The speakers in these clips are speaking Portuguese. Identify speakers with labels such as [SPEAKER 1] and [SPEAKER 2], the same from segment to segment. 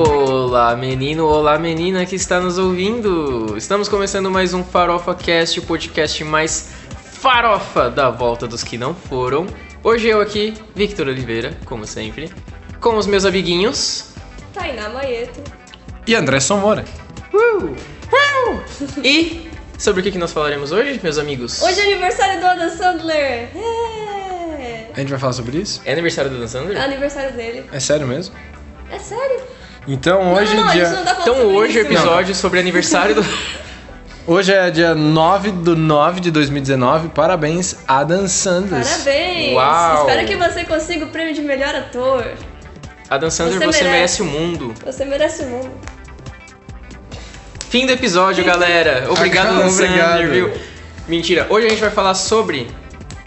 [SPEAKER 1] Olá, menino, olá, menina que está nos ouvindo. Estamos começando mais um Farofa Cast, o podcast mais farofa da volta dos que não foram. Hoje eu aqui, Victor Oliveira, como sempre, com os meus amiguinhos.
[SPEAKER 2] Tainá Maieto.
[SPEAKER 3] E Anderson Moura.
[SPEAKER 1] Uh! Uh! E sobre o que que nós falaremos hoje, meus amigos?
[SPEAKER 2] Hoje é aniversário do Adam Sandler.
[SPEAKER 3] A gente vai falar sobre isso?
[SPEAKER 1] é aniversário do Dan
[SPEAKER 2] É
[SPEAKER 1] Sandler?
[SPEAKER 2] aniversário dele.
[SPEAKER 3] É sério mesmo?
[SPEAKER 2] É sério?
[SPEAKER 3] Então hoje
[SPEAKER 2] não, não, não,
[SPEAKER 3] é dia.
[SPEAKER 2] a gente não tá falando
[SPEAKER 1] Então
[SPEAKER 2] sobre
[SPEAKER 1] hoje o
[SPEAKER 2] isso.
[SPEAKER 1] episódio sobre aniversário do...
[SPEAKER 3] Hoje é dia 9 do 9 de 2019. Parabéns, Adam Sanders.
[SPEAKER 2] Parabéns!
[SPEAKER 1] Uau!
[SPEAKER 2] Espero que você consiga o prêmio de melhor ator.
[SPEAKER 1] Adam Sandler,
[SPEAKER 2] Você
[SPEAKER 1] você merece
[SPEAKER 2] merece.
[SPEAKER 1] o mundo.
[SPEAKER 2] Você merece o mundo.
[SPEAKER 1] Fim do episódio, galera. Obrigado,
[SPEAKER 3] Acabou,
[SPEAKER 1] Dan Sandler,
[SPEAKER 3] Ah, obrigado.
[SPEAKER 1] viu? Mentira. Hoje a gente vai falar sobre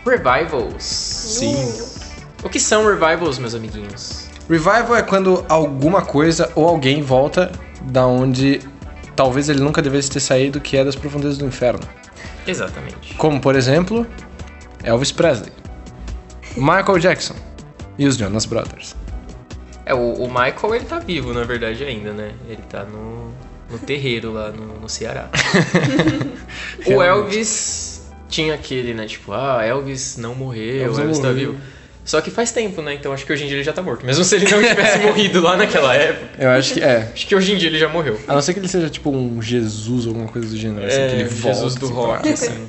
[SPEAKER 1] revivals.
[SPEAKER 3] Sim.
[SPEAKER 1] O que são revivals, meus amiguinhos?
[SPEAKER 3] Revival é quando alguma coisa ou alguém volta da onde talvez ele nunca devesse ter saído, que é das profundezas do inferno.
[SPEAKER 1] Exatamente.
[SPEAKER 3] Como, por exemplo, Elvis Presley, Michael Jackson e os Jonas Brothers.
[SPEAKER 1] É, o, o Michael, ele tá vivo, na verdade, ainda, né? Ele tá no, no terreiro lá no, no Ceará. o
[SPEAKER 3] Realmente.
[SPEAKER 1] Elvis tinha aquele, né? Tipo, ah, Elvis não morreu,
[SPEAKER 3] Elvis
[SPEAKER 1] Elvis,
[SPEAKER 3] não
[SPEAKER 1] tá
[SPEAKER 3] morreu.
[SPEAKER 1] vivo. Só que faz tempo, né? Então acho que hoje em dia ele já tá morto. Mesmo se ele não tivesse morrido lá naquela época,
[SPEAKER 3] Eu acho que é.
[SPEAKER 1] acho que hoje em dia ele já morreu.
[SPEAKER 3] A não ser que ele seja tipo um Jesus ou alguma coisa do gênero, assim, que ele volta.
[SPEAKER 1] É, Jesus do
[SPEAKER 3] assim,
[SPEAKER 1] rock,
[SPEAKER 3] pra-
[SPEAKER 1] assim.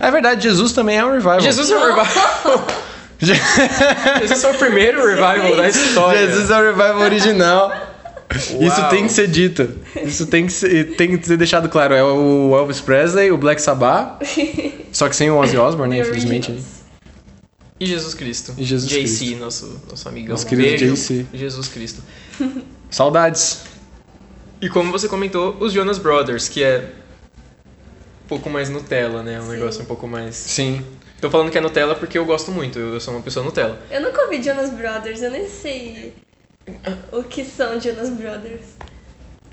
[SPEAKER 3] Ah, É verdade, Jesus também é um revival.
[SPEAKER 1] Jesus é o revival. Jesus é o primeiro revival da história.
[SPEAKER 3] Jesus é o revival original. Isso
[SPEAKER 1] Uau.
[SPEAKER 3] tem que ser dito. Isso tem que ser, tem que ser deixado claro. É o Elvis Presley, o Black Sabbath. Só que sem o Ozzy Osbourne, né,
[SPEAKER 2] The
[SPEAKER 3] infelizmente. né?
[SPEAKER 2] Originals.
[SPEAKER 1] E Jesus Cristo.
[SPEAKER 3] E Jesus
[SPEAKER 1] JC, nosso, nosso amigão.
[SPEAKER 3] Nosso querido
[SPEAKER 1] Beijo,
[SPEAKER 3] JC.
[SPEAKER 1] Jesus Cristo.
[SPEAKER 3] Saudades.
[SPEAKER 1] E como você comentou, os Jonas Brothers, que é um pouco mais Nutella, né? Um negócio um pouco mais.
[SPEAKER 3] Sim.
[SPEAKER 1] Tô falando que é Nutella porque eu gosto muito, eu sou uma pessoa Nutella.
[SPEAKER 2] Eu nunca ouvi Jonas Brothers, eu nem sei o que são Jonas Brothers.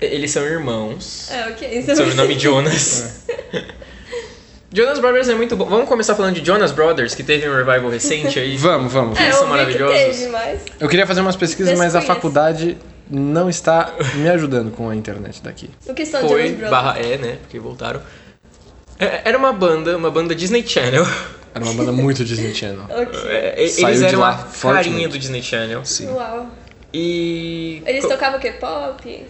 [SPEAKER 1] E- Eles são irmãos.
[SPEAKER 2] É, o que é isso?
[SPEAKER 1] Sobrenome Jonas.
[SPEAKER 3] É.
[SPEAKER 1] Jonas Brothers é muito bom. Vamos começar falando de Jonas Brothers, que teve um revival recente aí.
[SPEAKER 3] Vamos, vamos.
[SPEAKER 2] É,
[SPEAKER 1] Eles são
[SPEAKER 2] eu ouvi que
[SPEAKER 1] maravilhosos.
[SPEAKER 2] teve, mas...
[SPEAKER 3] Eu queria fazer umas pesquisas, mas a
[SPEAKER 2] Desconheço.
[SPEAKER 3] faculdade não está me ajudando com a internet daqui.
[SPEAKER 2] O que são
[SPEAKER 1] Foi,
[SPEAKER 2] Jonas Brothers?
[SPEAKER 1] barra é, né? Porque voltaram. É, Era uma banda, uma banda Disney Channel.
[SPEAKER 3] Era uma banda muito Disney Channel.
[SPEAKER 2] Ok.
[SPEAKER 1] É, e-
[SPEAKER 3] Saiu
[SPEAKER 1] Eles
[SPEAKER 3] de
[SPEAKER 1] eram
[SPEAKER 3] lá
[SPEAKER 1] a
[SPEAKER 3] fortemente.
[SPEAKER 1] carinha do Disney Channel.
[SPEAKER 3] Sim.
[SPEAKER 2] Uau.
[SPEAKER 1] E.
[SPEAKER 2] Eles
[SPEAKER 1] co-
[SPEAKER 2] tocavam o quê? Pop?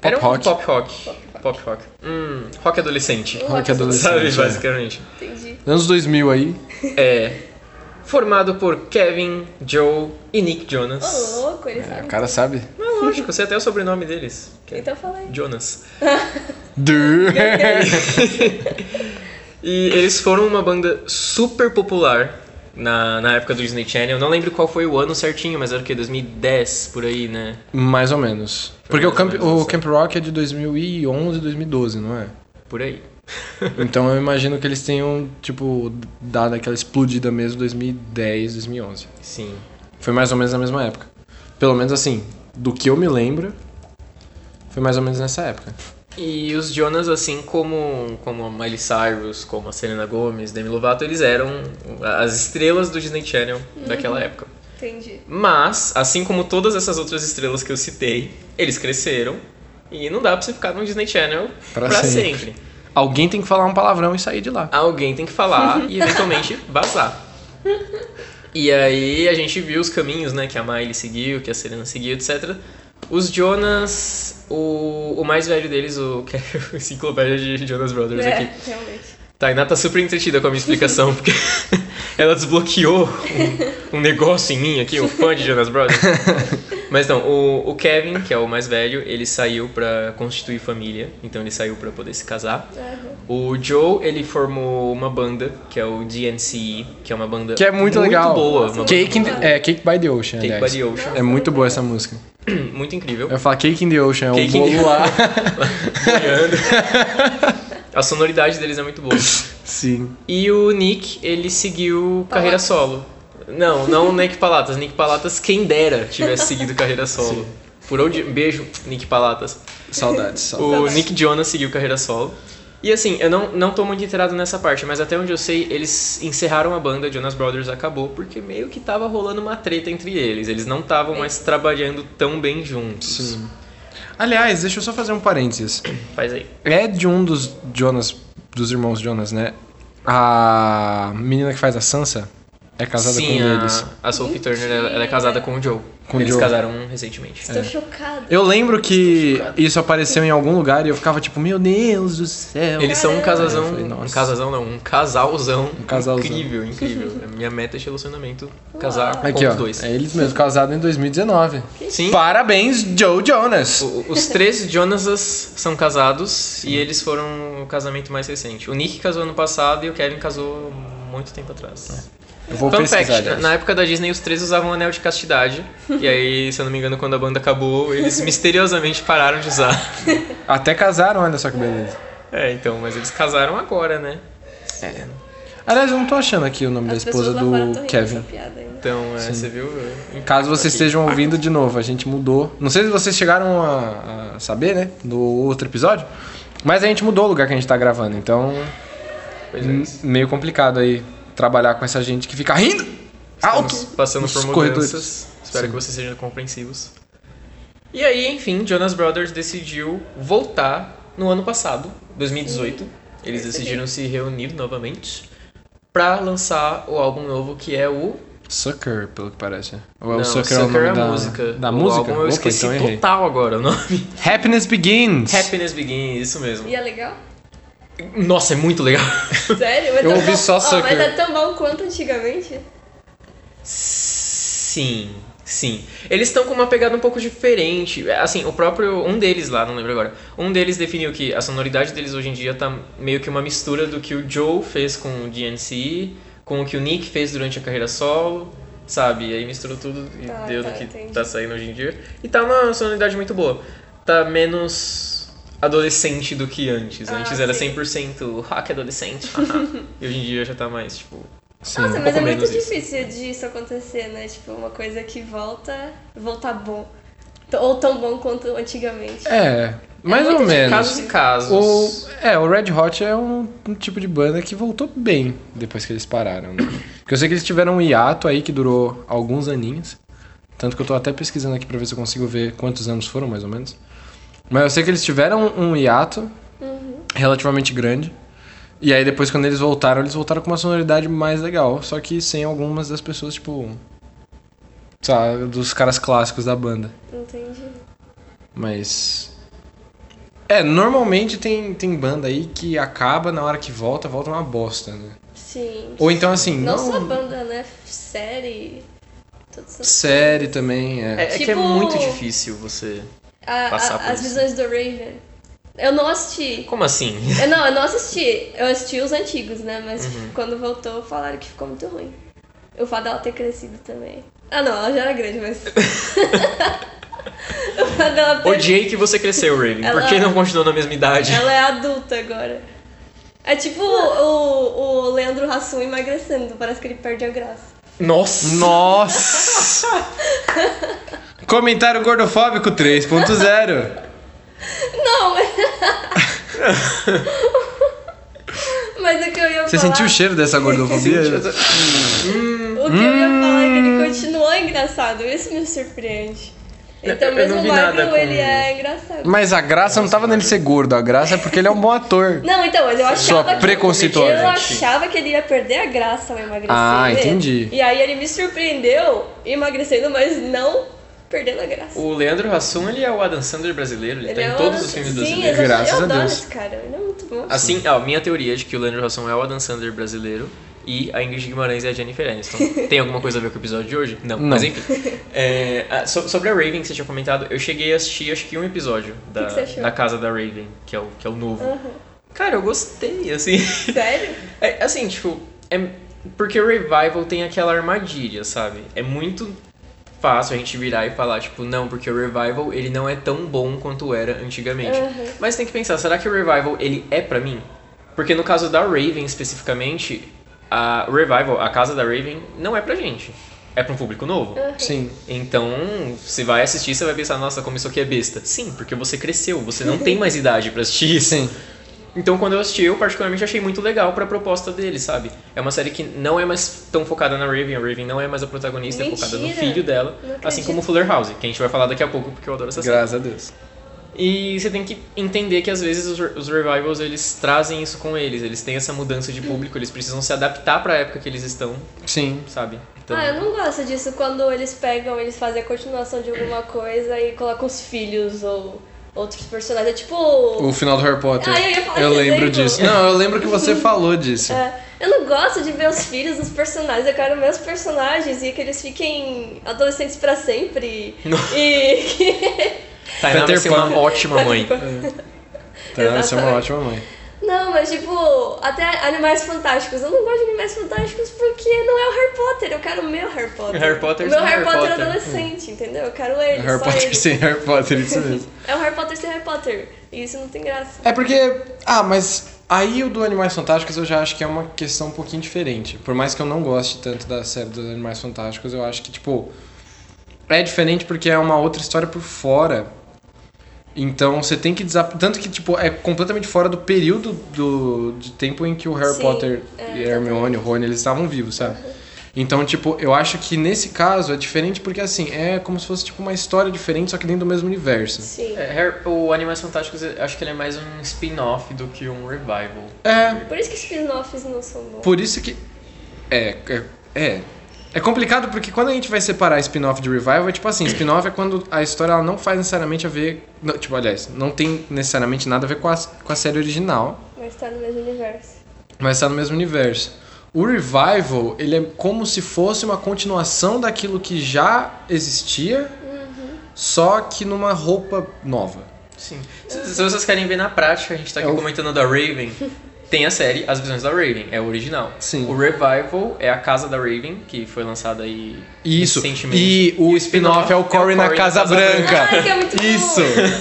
[SPEAKER 1] Era um
[SPEAKER 3] rock.
[SPEAKER 1] pop rock.
[SPEAKER 2] Pop rock.
[SPEAKER 1] Pop rock. Hum, rock adolescente.
[SPEAKER 3] Rock
[SPEAKER 1] Sabe,
[SPEAKER 3] adolescente. né?
[SPEAKER 1] basicamente.
[SPEAKER 2] Entendi.
[SPEAKER 3] Anos 2000 aí.
[SPEAKER 1] É. Formado por Kevin, Joe e Nick
[SPEAKER 2] Ô,
[SPEAKER 1] Jonas.
[SPEAKER 2] louco, ele
[SPEAKER 3] É,
[SPEAKER 2] sabe.
[SPEAKER 3] o cara sabe.
[SPEAKER 1] Não, lógico, eu sei até o sobrenome deles. que é
[SPEAKER 2] Então fala aí.
[SPEAKER 1] Jonas.
[SPEAKER 3] Du.
[SPEAKER 1] E eles foram uma banda super popular na, na época do Disney Channel. Eu Não lembro qual foi o ano certinho, mas era o que? 2010 por aí, né?
[SPEAKER 3] Mais ou menos. Porque o
[SPEAKER 1] mais ou
[SPEAKER 3] Camp,
[SPEAKER 1] menos
[SPEAKER 3] o
[SPEAKER 1] assim.
[SPEAKER 3] Camp Rock é de 2011, 2012, não é?
[SPEAKER 1] Por aí.
[SPEAKER 3] Então eu imagino que eles tenham, tipo, dado aquela explodida mesmo 2010, 2011.
[SPEAKER 1] Sim.
[SPEAKER 3] Foi mais ou menos na mesma época. Pelo menos assim, do que eu me lembro, foi mais ou menos nessa época.
[SPEAKER 1] E os Jonas, assim como, como a Miley Cyrus, como a Selena Gomez, Demi Lovato, eles eram as estrelas do Disney Channel daquela época.
[SPEAKER 2] Entendi.
[SPEAKER 1] Mas, assim como todas essas outras estrelas que eu citei, eles cresceram e não dá pra você ficar no Disney Channel pra,
[SPEAKER 3] Pra
[SPEAKER 1] sempre.
[SPEAKER 3] sempre. Alguém tem que falar um palavrão e sair de lá.
[SPEAKER 1] Alguém tem que falar e eventualmente vazar. E aí a gente viu os caminhos, né, que a Miley seguiu, que a Serena seguiu, etc. Os Jonas, o, o mais velho deles, o que é o enciclopédia de Jonas Brothers
[SPEAKER 2] É,
[SPEAKER 1] aqui.
[SPEAKER 2] realmente.
[SPEAKER 1] Tainá tá super entretida com a minha explicação, porque ela desbloqueou um, um negócio em mim aqui, um fã de Jonas Brothers. Mas não, o, o Kevin, que é o mais velho, ele saiu pra constituir família, então ele saiu pra poder se casar.
[SPEAKER 2] Aham.
[SPEAKER 1] O Joe, ele formou uma banda, que é o DNCE, que é uma banda
[SPEAKER 3] Que é muito, legal.
[SPEAKER 1] boa. Uma
[SPEAKER 3] Cake, in
[SPEAKER 1] banda
[SPEAKER 3] the- é, Cake by the Ocean,
[SPEAKER 1] Cake by
[SPEAKER 3] aliás.
[SPEAKER 1] the Ocean,
[SPEAKER 3] É muito boa essa música.
[SPEAKER 1] muito incrível.
[SPEAKER 3] Eu ia falar Cake in the Ocean, é o
[SPEAKER 1] Cake in the
[SPEAKER 3] bolo lá.
[SPEAKER 1] Olhando. A sonoridade deles é muito boa.
[SPEAKER 3] Sim.
[SPEAKER 1] E o Nick, ele seguiu carreira solo. Não, não o Nick Palatas. Nick Palatas, quem dera tivesse seguido carreira solo. Por onde. Beijo, Nick Palatas.
[SPEAKER 3] Saudades, saudades.
[SPEAKER 1] O Nick Jonas seguiu carreira solo. E assim, eu não, não tô muito inteirado nessa parte, mas até onde eu sei, eles encerraram a banda, Jonas Brothers acabou, porque meio que tava rolando uma treta entre eles. Eles não estavam mais trabalhando tão bem juntos.
[SPEAKER 3] Sim. Aliás, deixa eu só fazer um parênteses.
[SPEAKER 1] Faz aí.
[SPEAKER 3] É de um dos Jonas, dos irmãos Jonas, né? A menina que faz a Sansa é casada
[SPEAKER 1] Sim,
[SPEAKER 3] com um
[SPEAKER 1] a,
[SPEAKER 3] deles.
[SPEAKER 1] a Sophie Turner, ela, ela é casada com o Joe.
[SPEAKER 3] Com o
[SPEAKER 1] Eles
[SPEAKER 3] Joe.
[SPEAKER 1] casaram recentemente.
[SPEAKER 2] Estou chocada.
[SPEAKER 3] É. Eu lembro que isso apareceu em algum lugar e eu ficava tipo, meu Deus do céu.
[SPEAKER 1] Eles são um
[SPEAKER 3] É, Eu
[SPEAKER 1] casazão.
[SPEAKER 3] falei,
[SPEAKER 1] Um
[SPEAKER 3] nossa.
[SPEAKER 1] casazão não, um casalzão.
[SPEAKER 3] Um casalzão.
[SPEAKER 1] Incrível, incrível. A minha meta é relacionamento casar
[SPEAKER 3] Aqui,
[SPEAKER 1] com
[SPEAKER 3] ó.
[SPEAKER 1] os dois.
[SPEAKER 3] É eles mesmos, casados em 2019.
[SPEAKER 1] Sim.
[SPEAKER 3] Parabéns, Joe Jonas.
[SPEAKER 1] O- Os três Jonasas são casados e eles foram o casamento mais recente. O Nick casou ano passado e o Kevin casou muito tempo atrás.
[SPEAKER 3] Eu vou
[SPEAKER 1] Fun
[SPEAKER 3] pesquisar.
[SPEAKER 1] fact, na-
[SPEAKER 3] aliás.
[SPEAKER 1] na época da Disney os três usavam anel de castidade. e aí, se eu não me engano, quando a banda acabou, eles misteriosamente pararam de usar.
[SPEAKER 3] Até casaram, olha só que beleza.
[SPEAKER 1] É, então, mas eles casaram agora, né?
[SPEAKER 3] Aliás, eu não tô achando aqui o nome
[SPEAKER 2] As
[SPEAKER 3] da esposa
[SPEAKER 2] pessoas lá fora tão rindo
[SPEAKER 3] do
[SPEAKER 2] dessa
[SPEAKER 3] Kevin.
[SPEAKER 2] piada ainda.
[SPEAKER 1] Então, é, você viu?
[SPEAKER 3] Caso vocês
[SPEAKER 1] Aqui.
[SPEAKER 3] estejam ouvindo de novo, a gente mudou. Não sei se vocês chegaram a, a saber, né? Do outro episódio. Mas a gente mudou o lugar que a gente tá gravando. Então,
[SPEAKER 1] Pois é,
[SPEAKER 3] m- meio complicado aí trabalhar com essa gente que fica rindo alto.
[SPEAKER 1] Estamos passando
[SPEAKER 3] nos
[SPEAKER 1] por
[SPEAKER 3] Ah, corredores.
[SPEAKER 1] mudanças. Espero
[SPEAKER 3] Sim.
[SPEAKER 1] que vocês sejam compreensivos. E aí, enfim, Jonas Brothers decidiu voltar no ano passado, 2018. Eles decidiram se reunir novamente pra lançar o álbum novo que é o
[SPEAKER 3] Sucker, pelo que parece. Ou é o
[SPEAKER 1] Não,
[SPEAKER 3] Sucker, é o nome
[SPEAKER 1] Sucker é a
[SPEAKER 3] da
[SPEAKER 1] música.
[SPEAKER 3] Da
[SPEAKER 1] O
[SPEAKER 3] música?
[SPEAKER 1] álbum eu
[SPEAKER 3] Opa,
[SPEAKER 1] esqueci
[SPEAKER 3] então eu errei.
[SPEAKER 1] total agora o nome.
[SPEAKER 3] Happiness Begins.
[SPEAKER 1] Happiness Begins, isso mesmo.
[SPEAKER 2] E é legal?
[SPEAKER 1] Nossa, é muito legal.
[SPEAKER 2] Sério? Mas
[SPEAKER 3] Eu
[SPEAKER 2] tá
[SPEAKER 3] ouvi
[SPEAKER 2] bom-
[SPEAKER 3] só
[SPEAKER 2] Ó,
[SPEAKER 3] Sucker.
[SPEAKER 2] Mas é tão bom quanto antigamente?
[SPEAKER 1] Sim, sim. Eles estão com uma pegada um pouco diferente. Assim, o próprio. Um deles lá, não lembro agora. Um deles definiu que a sonoridade deles hoje em dia tá meio que uma mistura do que o Joe fez com o DNC, com o que o Nick fez durante a carreira solo, sabe? E aí misturou tudo e
[SPEAKER 2] Tá,
[SPEAKER 1] deu
[SPEAKER 2] tá,
[SPEAKER 1] no que
[SPEAKER 2] entendi.
[SPEAKER 1] tá saindo hoje em dia. E tá uma sonoridade muito boa. Tá menos adolescente do que antes.
[SPEAKER 2] Ah,
[SPEAKER 1] antes era
[SPEAKER 2] sim.
[SPEAKER 1] 100% rock adolescente. haha. e hoje em dia já tá mais, tipo.
[SPEAKER 3] Sim. um
[SPEAKER 2] Nossa, mas
[SPEAKER 1] pouco
[SPEAKER 2] é muito
[SPEAKER 1] menos isso.
[SPEAKER 2] difícil disso acontecer, né? Tipo, uma coisa que volta, voltar bom. T- Ou tão bom quanto antigamente.
[SPEAKER 3] É, mais
[SPEAKER 2] muito
[SPEAKER 3] ou
[SPEAKER 2] de
[SPEAKER 3] menos.
[SPEAKER 1] Casos e
[SPEAKER 3] O,
[SPEAKER 1] casos.
[SPEAKER 3] é, o Red Hot é um, um tipo de banda que voltou bem depois que eles pararam, né? Porque eu sei que eles tiveram um hiato aí que durou alguns aninhos. Tanto que eu tô até pesquisando aqui pra ver se eu consigo ver quantos anos foram, mais ou menos. Mas eu sei que eles tiveram um hiato relativamente grande. E aí depois quando eles voltaram, eles voltaram com uma sonoridade mais legal. Só que sem algumas das pessoas, tipo. Sabe, dos caras clássicos da banda.
[SPEAKER 2] Entendi.
[SPEAKER 3] Mas. É, normalmente tem, tem banda aí que acaba na hora que volta, volta uma bosta, né?
[SPEAKER 2] Sim.
[SPEAKER 3] Ou então assim,
[SPEAKER 2] Não,
[SPEAKER 3] não.
[SPEAKER 2] só banda, né? Série. Tudo isso.
[SPEAKER 3] Série também, é.
[SPEAKER 1] É, é que é
[SPEAKER 2] Tipo-
[SPEAKER 1] muito difícil você.
[SPEAKER 2] A-
[SPEAKER 1] Passar
[SPEAKER 2] a-
[SPEAKER 1] por
[SPEAKER 2] as
[SPEAKER 1] isso.
[SPEAKER 2] visões do Raven. Eu não assisti.
[SPEAKER 1] Como assim?
[SPEAKER 2] Eu não, eu não assisti. Eu assisti os antigos, né? Mas
[SPEAKER 3] Uhum.
[SPEAKER 2] tipo, quando voltou, falaram que ficou muito ruim. O fato dela ter crescido também. Ah, não, ela já era grande, mas. o fato dela ter
[SPEAKER 1] Odiei que você cresceu, Raven.
[SPEAKER 2] Ela-
[SPEAKER 1] Por que não continuou na mesma idade?
[SPEAKER 2] Ela é adulta agora. É tipo o, o Leandro Hassum emagrecendo, parece que ele perde a graça.
[SPEAKER 1] Nossa!
[SPEAKER 3] Nossa! Comentário gordofóbico 3.0.
[SPEAKER 2] Não, mas. mas o que eu ia
[SPEAKER 3] Você
[SPEAKER 2] falar.
[SPEAKER 3] sentiu o cheiro dessa gordofobia?
[SPEAKER 2] O que eu ia falar é que
[SPEAKER 1] Hum.
[SPEAKER 2] ele continuou engraçado, isso me surpreende. Então,
[SPEAKER 1] É, eu
[SPEAKER 2] mesmo
[SPEAKER 1] não vi
[SPEAKER 2] magro,
[SPEAKER 1] nada com-
[SPEAKER 2] ele é engraçado.
[SPEAKER 3] Mas a graça não tava nele ser gordo, a graça é porque ele é um bom ator.
[SPEAKER 2] Não, então, mas eu
[SPEAKER 3] Sua
[SPEAKER 2] achava que...
[SPEAKER 3] preconceituosa.
[SPEAKER 2] Eu achava que ele ia perder a graça ao emagrecer.
[SPEAKER 3] Ah,
[SPEAKER 2] né?
[SPEAKER 3] entendi.
[SPEAKER 2] E aí ele me surpreendeu emagrecendo, mas não perdendo a graça.
[SPEAKER 1] O Leandro Hassum, ele é o Adam Sandler brasileiro. Ele, tá em
[SPEAKER 2] é
[SPEAKER 1] todos
[SPEAKER 2] um-
[SPEAKER 1] os filmes
[SPEAKER 2] Sim,
[SPEAKER 1] brasileiros.
[SPEAKER 2] eu-
[SPEAKER 3] Graças
[SPEAKER 2] eu
[SPEAKER 3] a
[SPEAKER 2] adoro
[SPEAKER 3] Deus.
[SPEAKER 2] esse cara, ele é muito bom.
[SPEAKER 1] Assim, ó, minha teoria é de que o Leandro Hassum é o Adam Sandler brasileiro e a Ingrid Guimarães é a Jennifer Aniston. Tem alguma coisa a ver com o episódio de hoje? Não.
[SPEAKER 3] Não.
[SPEAKER 1] Mas enfim. É, ah, so- sobre a Raven que você tinha comentado, eu cheguei a assistir acho que um episódio da,
[SPEAKER 2] que você achou?
[SPEAKER 1] da casa da Raven, que é o, que é o novo.
[SPEAKER 2] Aham.
[SPEAKER 1] Cara, eu gostei, assim.
[SPEAKER 2] Sério?
[SPEAKER 1] É, assim, tipo, é porque o revival tem aquela armadilha, sabe? É muito fácil a gente virar e falar, tipo, não, porque o revival ele não é tão bom quanto era antigamente.
[SPEAKER 2] Uhum.
[SPEAKER 1] Mas tem que pensar, será que o revival ele é pra mim? Porque no caso da Raven especificamente, a o revival, a casa da Raven não é pra gente. É pra um público novo.
[SPEAKER 3] Sim.
[SPEAKER 1] Então, você vai assistir, você vai pensar, nossa, como isso aqui é besta. Sim, porque você cresceu, você não
[SPEAKER 2] Uhum.
[SPEAKER 1] tem mais idade pra assistir isso.
[SPEAKER 3] Sim.
[SPEAKER 1] Então, quando eu assisti, eu particularmente achei muito legal pra proposta dele, sabe? É uma série que não é mais tão focada na Raven, a Raven não é mais a protagonista, é focada no
[SPEAKER 2] Mentira!
[SPEAKER 1] filho dela,
[SPEAKER 2] Não acredito.
[SPEAKER 1] assim como Fuller House, que a gente vai falar daqui a pouco, porque eu adoro essa série.
[SPEAKER 3] Graças a Deus.
[SPEAKER 1] E você tem que entender que às vezes os, re- os revivals eles trazem isso com eles, eles têm essa mudança de público, eles precisam se adaptar pra época que eles estão,
[SPEAKER 3] Sim.
[SPEAKER 1] sabe? Então,
[SPEAKER 2] Ah, eu não gosto disso quando eles pegam, eles fazem a continuação de alguma coisa e colocam os filhos ou outros personagens. É tipo.
[SPEAKER 3] O final do Harry Potter.
[SPEAKER 2] Ah, eu ia falar
[SPEAKER 3] eu
[SPEAKER 2] esse
[SPEAKER 3] lembro
[SPEAKER 2] exemplo.
[SPEAKER 3] disso. Não, eu lembro que você falou disso.
[SPEAKER 2] É, eu não gosto de ver os filhos dos personagens, eu quero meus personagens e que eles fiquem adolescentes pra sempre. E
[SPEAKER 1] Tainá vai
[SPEAKER 3] Peter
[SPEAKER 1] ser
[SPEAKER 3] Pan.
[SPEAKER 1] uma ótima mãe.
[SPEAKER 3] Tá, essa é uma
[SPEAKER 2] Exatamente.
[SPEAKER 3] ótima mãe.
[SPEAKER 2] Não, mas tipo, até Animais Fantásticos. Eu não gosto de Animais Fantásticos porque não é o Harry Potter. Eu quero o meu Harry Potter.
[SPEAKER 1] Harry Potter
[SPEAKER 2] O meu
[SPEAKER 1] sem
[SPEAKER 2] Harry
[SPEAKER 1] Harry
[SPEAKER 2] Potter
[SPEAKER 1] Potter.
[SPEAKER 2] adolescente, entendeu? Eu quero ele,
[SPEAKER 3] É Harry
[SPEAKER 2] só
[SPEAKER 3] Potter
[SPEAKER 2] ele.
[SPEAKER 3] sem Harry Potter, isso mesmo.
[SPEAKER 2] É o Harry Potter sem Harry Potter. E isso não tem graça.
[SPEAKER 3] É porque. Ah, mas aí o do Animais Fantásticos eu já acho que é uma questão um pouquinho diferente. Por mais que eu não goste tanto da série dos Animais Fantásticos, eu acho que, tipo. É diferente porque é uma outra história por fora. Então você tem que desap... Tanto que, tipo, é completamente fora do período do, de tempo em que o Harry
[SPEAKER 2] Sim,
[SPEAKER 3] Potter
[SPEAKER 2] é, Uhum.
[SPEAKER 3] e Hermione, o Rony, eles estavam vivos, sabe? Então, tipo, eu acho que nesse caso é diferente porque, assim, é como se fosse, tipo, uma história diferente, só que dentro do mesmo universo.
[SPEAKER 2] Sim.
[SPEAKER 1] É, Harry- o Animais Fantásticos, eu acho que ele é mais um spin-off do que um revival.
[SPEAKER 3] É,
[SPEAKER 2] Por isso que spin-offs não são bons.
[SPEAKER 3] Por isso que. É, é. É, é complicado porque quando a gente vai separar spin-off de revival, é tipo assim, spin-off é quando a história ela não faz necessariamente a ver. não, tipo, aliás, não tem necessariamente nada a ver com a, com a série original,
[SPEAKER 2] Mas tá no mesmo universo.
[SPEAKER 3] mas tá no mesmo universo. O revival, ele é como se fosse uma continuação daquilo que já existia,
[SPEAKER 2] Uhum.
[SPEAKER 3] só que numa roupa nova.
[SPEAKER 1] Sim. Se, se vocês querem ver na prática, a gente tá aqui
[SPEAKER 3] É o-
[SPEAKER 1] comentando da Raven. Tem a série As Visões da Raven, é o original.
[SPEAKER 3] Sim.
[SPEAKER 1] O Revival é a Casa da Raven, que foi lançada aí
[SPEAKER 3] Isso.
[SPEAKER 1] recentemente.
[SPEAKER 3] E o spin-off é o Corey na Casa Branca.
[SPEAKER 2] Ai, que é muito bom.
[SPEAKER 3] Isso.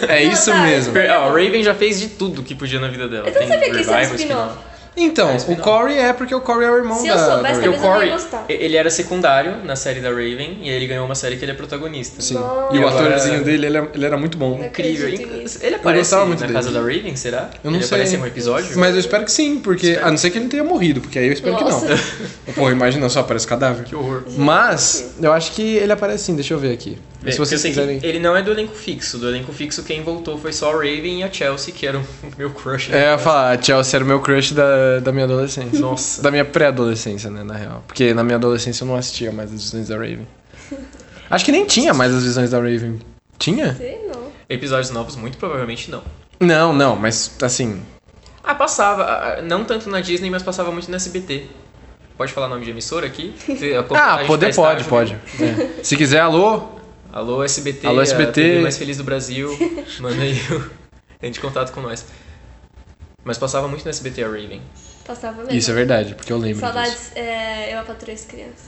[SPEAKER 3] É
[SPEAKER 2] Não,
[SPEAKER 3] isso
[SPEAKER 2] tá.
[SPEAKER 3] mesmo.
[SPEAKER 1] Per- ó, a Raven já fez de tudo que podia na vida dela.
[SPEAKER 2] Eu não
[SPEAKER 1] Tem
[SPEAKER 2] sabia que isso era
[SPEAKER 1] revival,
[SPEAKER 2] spin-off.
[SPEAKER 3] Então,
[SPEAKER 1] É,
[SPEAKER 3] o
[SPEAKER 1] spin-off.
[SPEAKER 3] Corey é porque o Corey é o irmão
[SPEAKER 2] Se
[SPEAKER 3] da.
[SPEAKER 2] eu soubesse,
[SPEAKER 3] da
[SPEAKER 1] Porque o
[SPEAKER 2] Talvez eu não ia
[SPEAKER 1] Corey,
[SPEAKER 2] gostar.
[SPEAKER 1] ele era secundário na série da Raven, e ele ganhou uma série que ele é protagonista.
[SPEAKER 3] Sim.
[SPEAKER 2] Nossa.
[SPEAKER 3] E o
[SPEAKER 1] Agora-
[SPEAKER 3] atorzinho dele, ele, é- ele era muito bom.
[SPEAKER 2] Não
[SPEAKER 1] Incrível.
[SPEAKER 2] acredito nisso.
[SPEAKER 1] Ele aparece
[SPEAKER 3] gostava
[SPEAKER 1] na
[SPEAKER 3] muito dele.
[SPEAKER 1] Casa da Raven, será?
[SPEAKER 3] Eu não
[SPEAKER 1] ele
[SPEAKER 3] sei.
[SPEAKER 1] aparece em um episódio?
[SPEAKER 3] Mas eu espero que sim, porque. A não ser que ele tenha morrido, porque aí eu espero
[SPEAKER 2] Nossa.
[SPEAKER 3] que não. Pô, imagina só, aparece cadáver.
[SPEAKER 1] Que horror.
[SPEAKER 3] Mas, eu acho que ele aparece sim, deixa eu ver aqui.
[SPEAKER 1] É,
[SPEAKER 3] Se
[SPEAKER 1] porque eu
[SPEAKER 3] vocês
[SPEAKER 1] sei que
[SPEAKER 3] quiserem.
[SPEAKER 1] Ele não é do elenco fixo. Do elenco fixo, quem voltou foi só a Raven e a Chelsea, que eram o meu crush. né?
[SPEAKER 3] É, eu ia falar, a Chelsea era o meu crush da, da minha adolescência.
[SPEAKER 1] Nossa.
[SPEAKER 3] Da minha pré-adolescência, né, na real. Porque na minha adolescência eu não assistia mais as visões da Raven. Acho que nem tinha mais as visões da Raven. Tinha?
[SPEAKER 2] Sei não.
[SPEAKER 1] Episódios novos, muito provavelmente não.
[SPEAKER 3] Não, não, mas assim.
[SPEAKER 1] Ah, passava. ah, Não tanto na Disney, mas passava muito na SBT. Pode falar nome de emissora aqui? Te- a
[SPEAKER 3] Ah,
[SPEAKER 1] contagem
[SPEAKER 3] poder
[SPEAKER 1] tá
[SPEAKER 3] pode,
[SPEAKER 1] estável.
[SPEAKER 3] pode. É. Se quiser, alô,
[SPEAKER 1] Alô, SBT.
[SPEAKER 3] Alô,
[SPEAKER 1] a
[SPEAKER 3] SBT.
[SPEAKER 1] TV mais feliz do Brasil. Manda aí o... Entre em contato com nós. Mas passava muito na SBT a Raven.
[SPEAKER 2] Passava mesmo.
[SPEAKER 3] Isso é verdade, porque eu lembro disso.
[SPEAKER 2] Saudades, é, eu apatrei as crianças.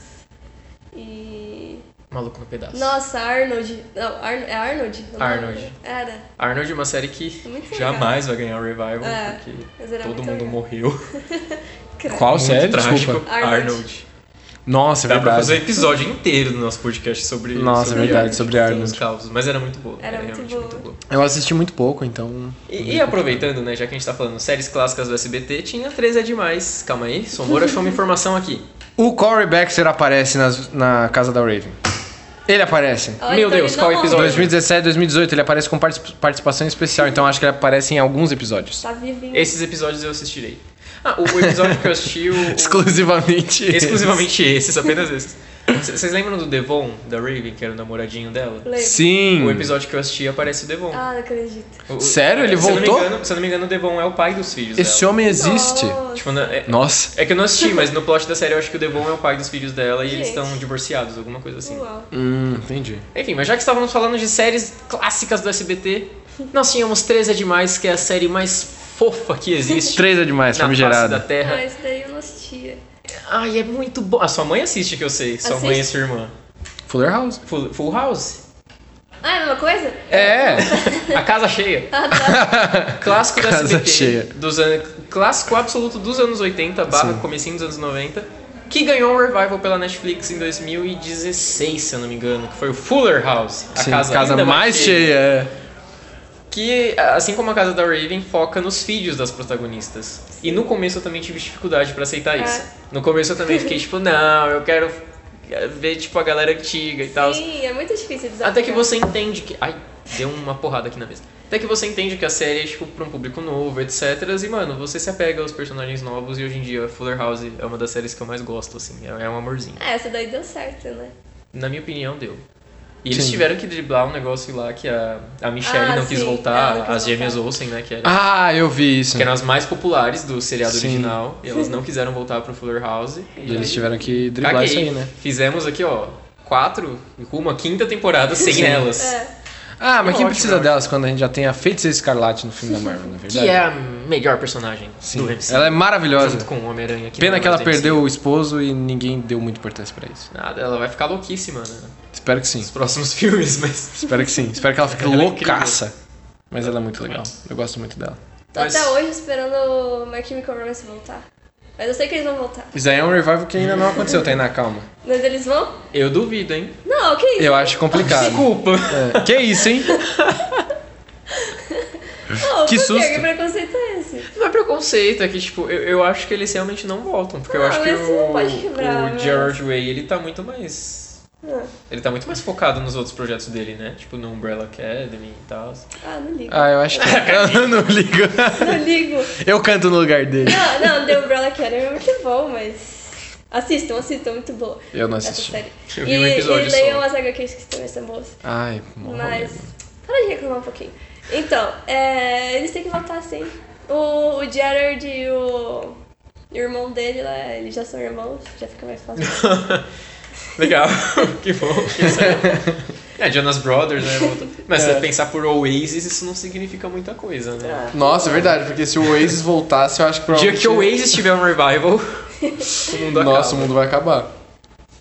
[SPEAKER 2] E.
[SPEAKER 1] Maluco no pedaço.
[SPEAKER 2] Nossa, Arnold. Não, Ar é Arnold? o nome?
[SPEAKER 1] Arnold.
[SPEAKER 2] Era.
[SPEAKER 1] Arnold é uma série que
[SPEAKER 2] Muito legal.
[SPEAKER 1] jamais vai ganhar o revival,
[SPEAKER 2] É,
[SPEAKER 1] porque
[SPEAKER 2] mas era
[SPEAKER 1] todo
[SPEAKER 2] muito
[SPEAKER 1] mundo
[SPEAKER 2] legal.
[SPEAKER 1] morreu.
[SPEAKER 2] Credo.
[SPEAKER 3] Qual
[SPEAKER 1] Muito
[SPEAKER 3] série?
[SPEAKER 1] trágico.
[SPEAKER 3] Desculpa.
[SPEAKER 2] Arnold.
[SPEAKER 1] Arnold.
[SPEAKER 3] Nossa, é
[SPEAKER 1] Dá pra
[SPEAKER 3] verdade.
[SPEAKER 1] fazer um episódio inteiro do nosso podcast sobre
[SPEAKER 3] Nossa,
[SPEAKER 1] sobre
[SPEAKER 3] é verdade,
[SPEAKER 1] Arnold,
[SPEAKER 3] sobre
[SPEAKER 1] contando
[SPEAKER 3] Arnold.
[SPEAKER 1] os causos. Mas era muito boa.
[SPEAKER 2] Era muito
[SPEAKER 1] realmente
[SPEAKER 2] boa.
[SPEAKER 1] muito boa.
[SPEAKER 3] Eu assisti muito pouco, então.
[SPEAKER 1] E, e aproveitando, né, já que a gente tá falando séries clássicas do SBT, tinha 3 é demais. Calma aí, Somor achou uma informação aqui.
[SPEAKER 3] O Corey Baxter aparece nas- na casa da Raven. Ele aparece.
[SPEAKER 2] Olha,
[SPEAKER 1] Meu
[SPEAKER 2] então
[SPEAKER 1] Deus,
[SPEAKER 2] ele
[SPEAKER 1] qual
[SPEAKER 2] não
[SPEAKER 1] episódio?
[SPEAKER 2] morreu.
[SPEAKER 3] 2017, 2018, ele aparece com partic- participação especial, então acho que ele aparece em alguns episódios.
[SPEAKER 2] Tá vivinho.
[SPEAKER 1] Esses episódios eu assistirei. Ah, o, o episódio que eu assisti. O, o-
[SPEAKER 3] Exclusivamente. esse.
[SPEAKER 1] exclusivamente esses, apenas esses. C- Vocês lembram do Devon, da Raven, que era o namoradinho dela?
[SPEAKER 2] Lembro.
[SPEAKER 3] Sim.
[SPEAKER 1] O episódio que eu assisti aparece o Devon.
[SPEAKER 2] Ah, não acredito.
[SPEAKER 1] O- o-
[SPEAKER 3] Hum. Sério? Ele
[SPEAKER 1] se eu não me
[SPEAKER 3] voltou?
[SPEAKER 1] engano- se eu não me engano, o Devon é o pai dos filhos
[SPEAKER 3] Esse
[SPEAKER 1] dela.
[SPEAKER 3] homem existe.
[SPEAKER 2] Nossa.
[SPEAKER 1] Tipo, na- é,
[SPEAKER 3] Nossa.
[SPEAKER 1] é que eu não assisti, mas no plot da série eu acho que o Devon é o pai dos filhos dela e eles
[SPEAKER 2] Gente.
[SPEAKER 1] estão divorciados, alguma coisa assim.
[SPEAKER 2] Uau.
[SPEAKER 3] Hum, entendi.
[SPEAKER 1] Enfim, mas já que estávamos falando de séries clássicas do SBT, nós tínhamos 13 é Demais, que é a série mais fofa que existe.
[SPEAKER 3] Três é demais,
[SPEAKER 1] na face da
[SPEAKER 3] famigerada.
[SPEAKER 2] Ah,
[SPEAKER 1] Terra.
[SPEAKER 2] esse daí eu não assistia.
[SPEAKER 1] Ai, é muito bom. A sua mãe assiste, que eu sei. Sua mãe e
[SPEAKER 2] Assiste?
[SPEAKER 1] sua irmã.
[SPEAKER 3] Fuller House.
[SPEAKER 1] Full, Full House.
[SPEAKER 2] Ah, é a mesma coisa?
[SPEAKER 3] É.
[SPEAKER 1] A Casa Cheia.
[SPEAKER 2] Ah, tá.
[SPEAKER 1] Clássico da
[SPEAKER 3] Casa
[SPEAKER 1] SBT.
[SPEAKER 3] Cheia.
[SPEAKER 1] Dos an... Clássico absoluto dos anos 80, barra
[SPEAKER 3] Sim.
[SPEAKER 1] comecinho dos anos 90. Que ganhou um revival pela Netflix em 2016, se eu não me engano. Que foi o Fuller House. A
[SPEAKER 3] Sim,
[SPEAKER 1] casa,
[SPEAKER 3] casa
[SPEAKER 1] ainda
[SPEAKER 3] mais cheia. é.
[SPEAKER 1] Que, assim como a casa da Raven, foca nos filhos das protagonistas. E no começo eu também tive dificuldade pra aceitar
[SPEAKER 2] É.
[SPEAKER 1] isso. No começo eu também fiquei tipo, não, eu quero ver tipo a galera antiga e tal.
[SPEAKER 2] Sim, é muito difícil desafiar.
[SPEAKER 1] Até que você entende que. Ai, deu uma porrada aqui na mesa. Até que você entende que a série é, tipo, pra um público novo, etc. E, mano, você se apega aos personagens novos e hoje em dia Fuller House é uma das séries que eu mais gosto, assim. É é um amorzinho.
[SPEAKER 2] É, essa daí deu certo, né?
[SPEAKER 1] Na minha opinião, deu. E eles
[SPEAKER 3] Sim.
[SPEAKER 1] tiveram que driblar um negócio lá que a, a Michelle
[SPEAKER 2] Ah,
[SPEAKER 1] não quis
[SPEAKER 2] sim.
[SPEAKER 1] voltar,
[SPEAKER 2] Ela não quis
[SPEAKER 1] as gêmeas
[SPEAKER 2] voltar.
[SPEAKER 1] Olsen, né? Que era
[SPEAKER 3] Ah, eu vi isso.
[SPEAKER 1] que eram as mais populares do seriado
[SPEAKER 3] Sim.
[SPEAKER 1] original, e elas não quiseram voltar pro Fuller House.
[SPEAKER 3] E eles tiveram que driblar
[SPEAKER 1] Caguei.
[SPEAKER 3] isso aí, né?
[SPEAKER 1] Fizemos aqui, ó, quatro, uma quinta temporada sem elas.
[SPEAKER 2] É.
[SPEAKER 3] Ah, mas quem
[SPEAKER 1] Ótimo,
[SPEAKER 3] precisa
[SPEAKER 1] ótimo.
[SPEAKER 3] delas quando a gente já tem a Feiticeira Escarlate no filme da Marvel, na verdade?
[SPEAKER 1] Que é a melhor personagem
[SPEAKER 3] Sim.
[SPEAKER 1] do MCU.
[SPEAKER 3] Ela é maravilhosa.
[SPEAKER 1] Junto com o Homem-Aranha.
[SPEAKER 3] Pena
[SPEAKER 1] não é
[SPEAKER 3] que ela
[SPEAKER 1] mais do
[SPEAKER 3] perdeu
[SPEAKER 1] MCU.
[SPEAKER 3] o esposo e ninguém deu muita importância pra isso.
[SPEAKER 1] Nada, ela vai ficar louquíssima né,
[SPEAKER 3] Espero que sim.
[SPEAKER 1] nos próximos filmes, mas...
[SPEAKER 3] Espero que sim. Espero que ela fique
[SPEAKER 1] Ela é incrível.
[SPEAKER 3] loucaça. Mas ela é muito legal. Eu gosto muito dela.
[SPEAKER 2] Tô
[SPEAKER 1] Mas-
[SPEAKER 2] até hoje esperando o My Chemical Romance voltar. Mas eu sei que eles vão voltar.
[SPEAKER 3] Isso daí é um revival que ainda não aconteceu, tá aí na calma.
[SPEAKER 2] Mas eles vão?
[SPEAKER 1] Eu duvido, hein?
[SPEAKER 2] Não, que isso?
[SPEAKER 3] Eu acho complicado.
[SPEAKER 1] Desculpa.
[SPEAKER 3] É. Que isso, hein?
[SPEAKER 2] Não,
[SPEAKER 3] que
[SPEAKER 2] por quê?
[SPEAKER 3] susto.
[SPEAKER 2] Que preconceito é esse?
[SPEAKER 1] Não é preconceito, é que, tipo, eu, eu acho que eles realmente não voltam. Porque eu
[SPEAKER 2] Ah,
[SPEAKER 1] acho que
[SPEAKER 2] mas você não pode quebrar,
[SPEAKER 1] o, o
[SPEAKER 2] né?
[SPEAKER 1] George Way, ele tá muito mais...
[SPEAKER 2] Ah,
[SPEAKER 1] Ele tá muito mais focado nos outros projetos dele, né? Tipo, no Umbrella Academy e tal.
[SPEAKER 2] ah, não ligo.
[SPEAKER 3] Ah, eu acho que. Eu não ligo.
[SPEAKER 2] Não ligo.
[SPEAKER 3] Eu canto no lugar dele.
[SPEAKER 2] Não, não, The Umbrella Academy é muito bom, mas... Assistam, assistam, é muito boa.
[SPEAKER 3] Eu não
[SPEAKER 2] Essa
[SPEAKER 3] assisti.
[SPEAKER 2] série.
[SPEAKER 1] Eu
[SPEAKER 2] e,
[SPEAKER 1] vi um episódio
[SPEAKER 2] e
[SPEAKER 1] só.
[SPEAKER 2] leiam as HQs que também são boas.
[SPEAKER 3] Ai, morro
[SPEAKER 2] Mas.
[SPEAKER 3] mesmo.
[SPEAKER 2] Para de reclamar um pouquinho. Então, é, eles têm que voltar assim. O, o Gerard e o, e o irmão dele lá, eles já são irmãos, já fica mais fácil.
[SPEAKER 1] Legal, que bom. que isso é. É, Jonas Brothers, né? voltou. Mas se
[SPEAKER 3] É.
[SPEAKER 1] você pensar por Oasis, isso não significa muita coisa, né?
[SPEAKER 2] Ah.
[SPEAKER 3] Nossa, é verdade, porque se o Oasis voltasse, eu acho que
[SPEAKER 1] O dia
[SPEAKER 3] provavelmente...
[SPEAKER 1] que o Oasis tiver um revival, o mundo acaba.
[SPEAKER 3] Nossa, o mundo vai acabar.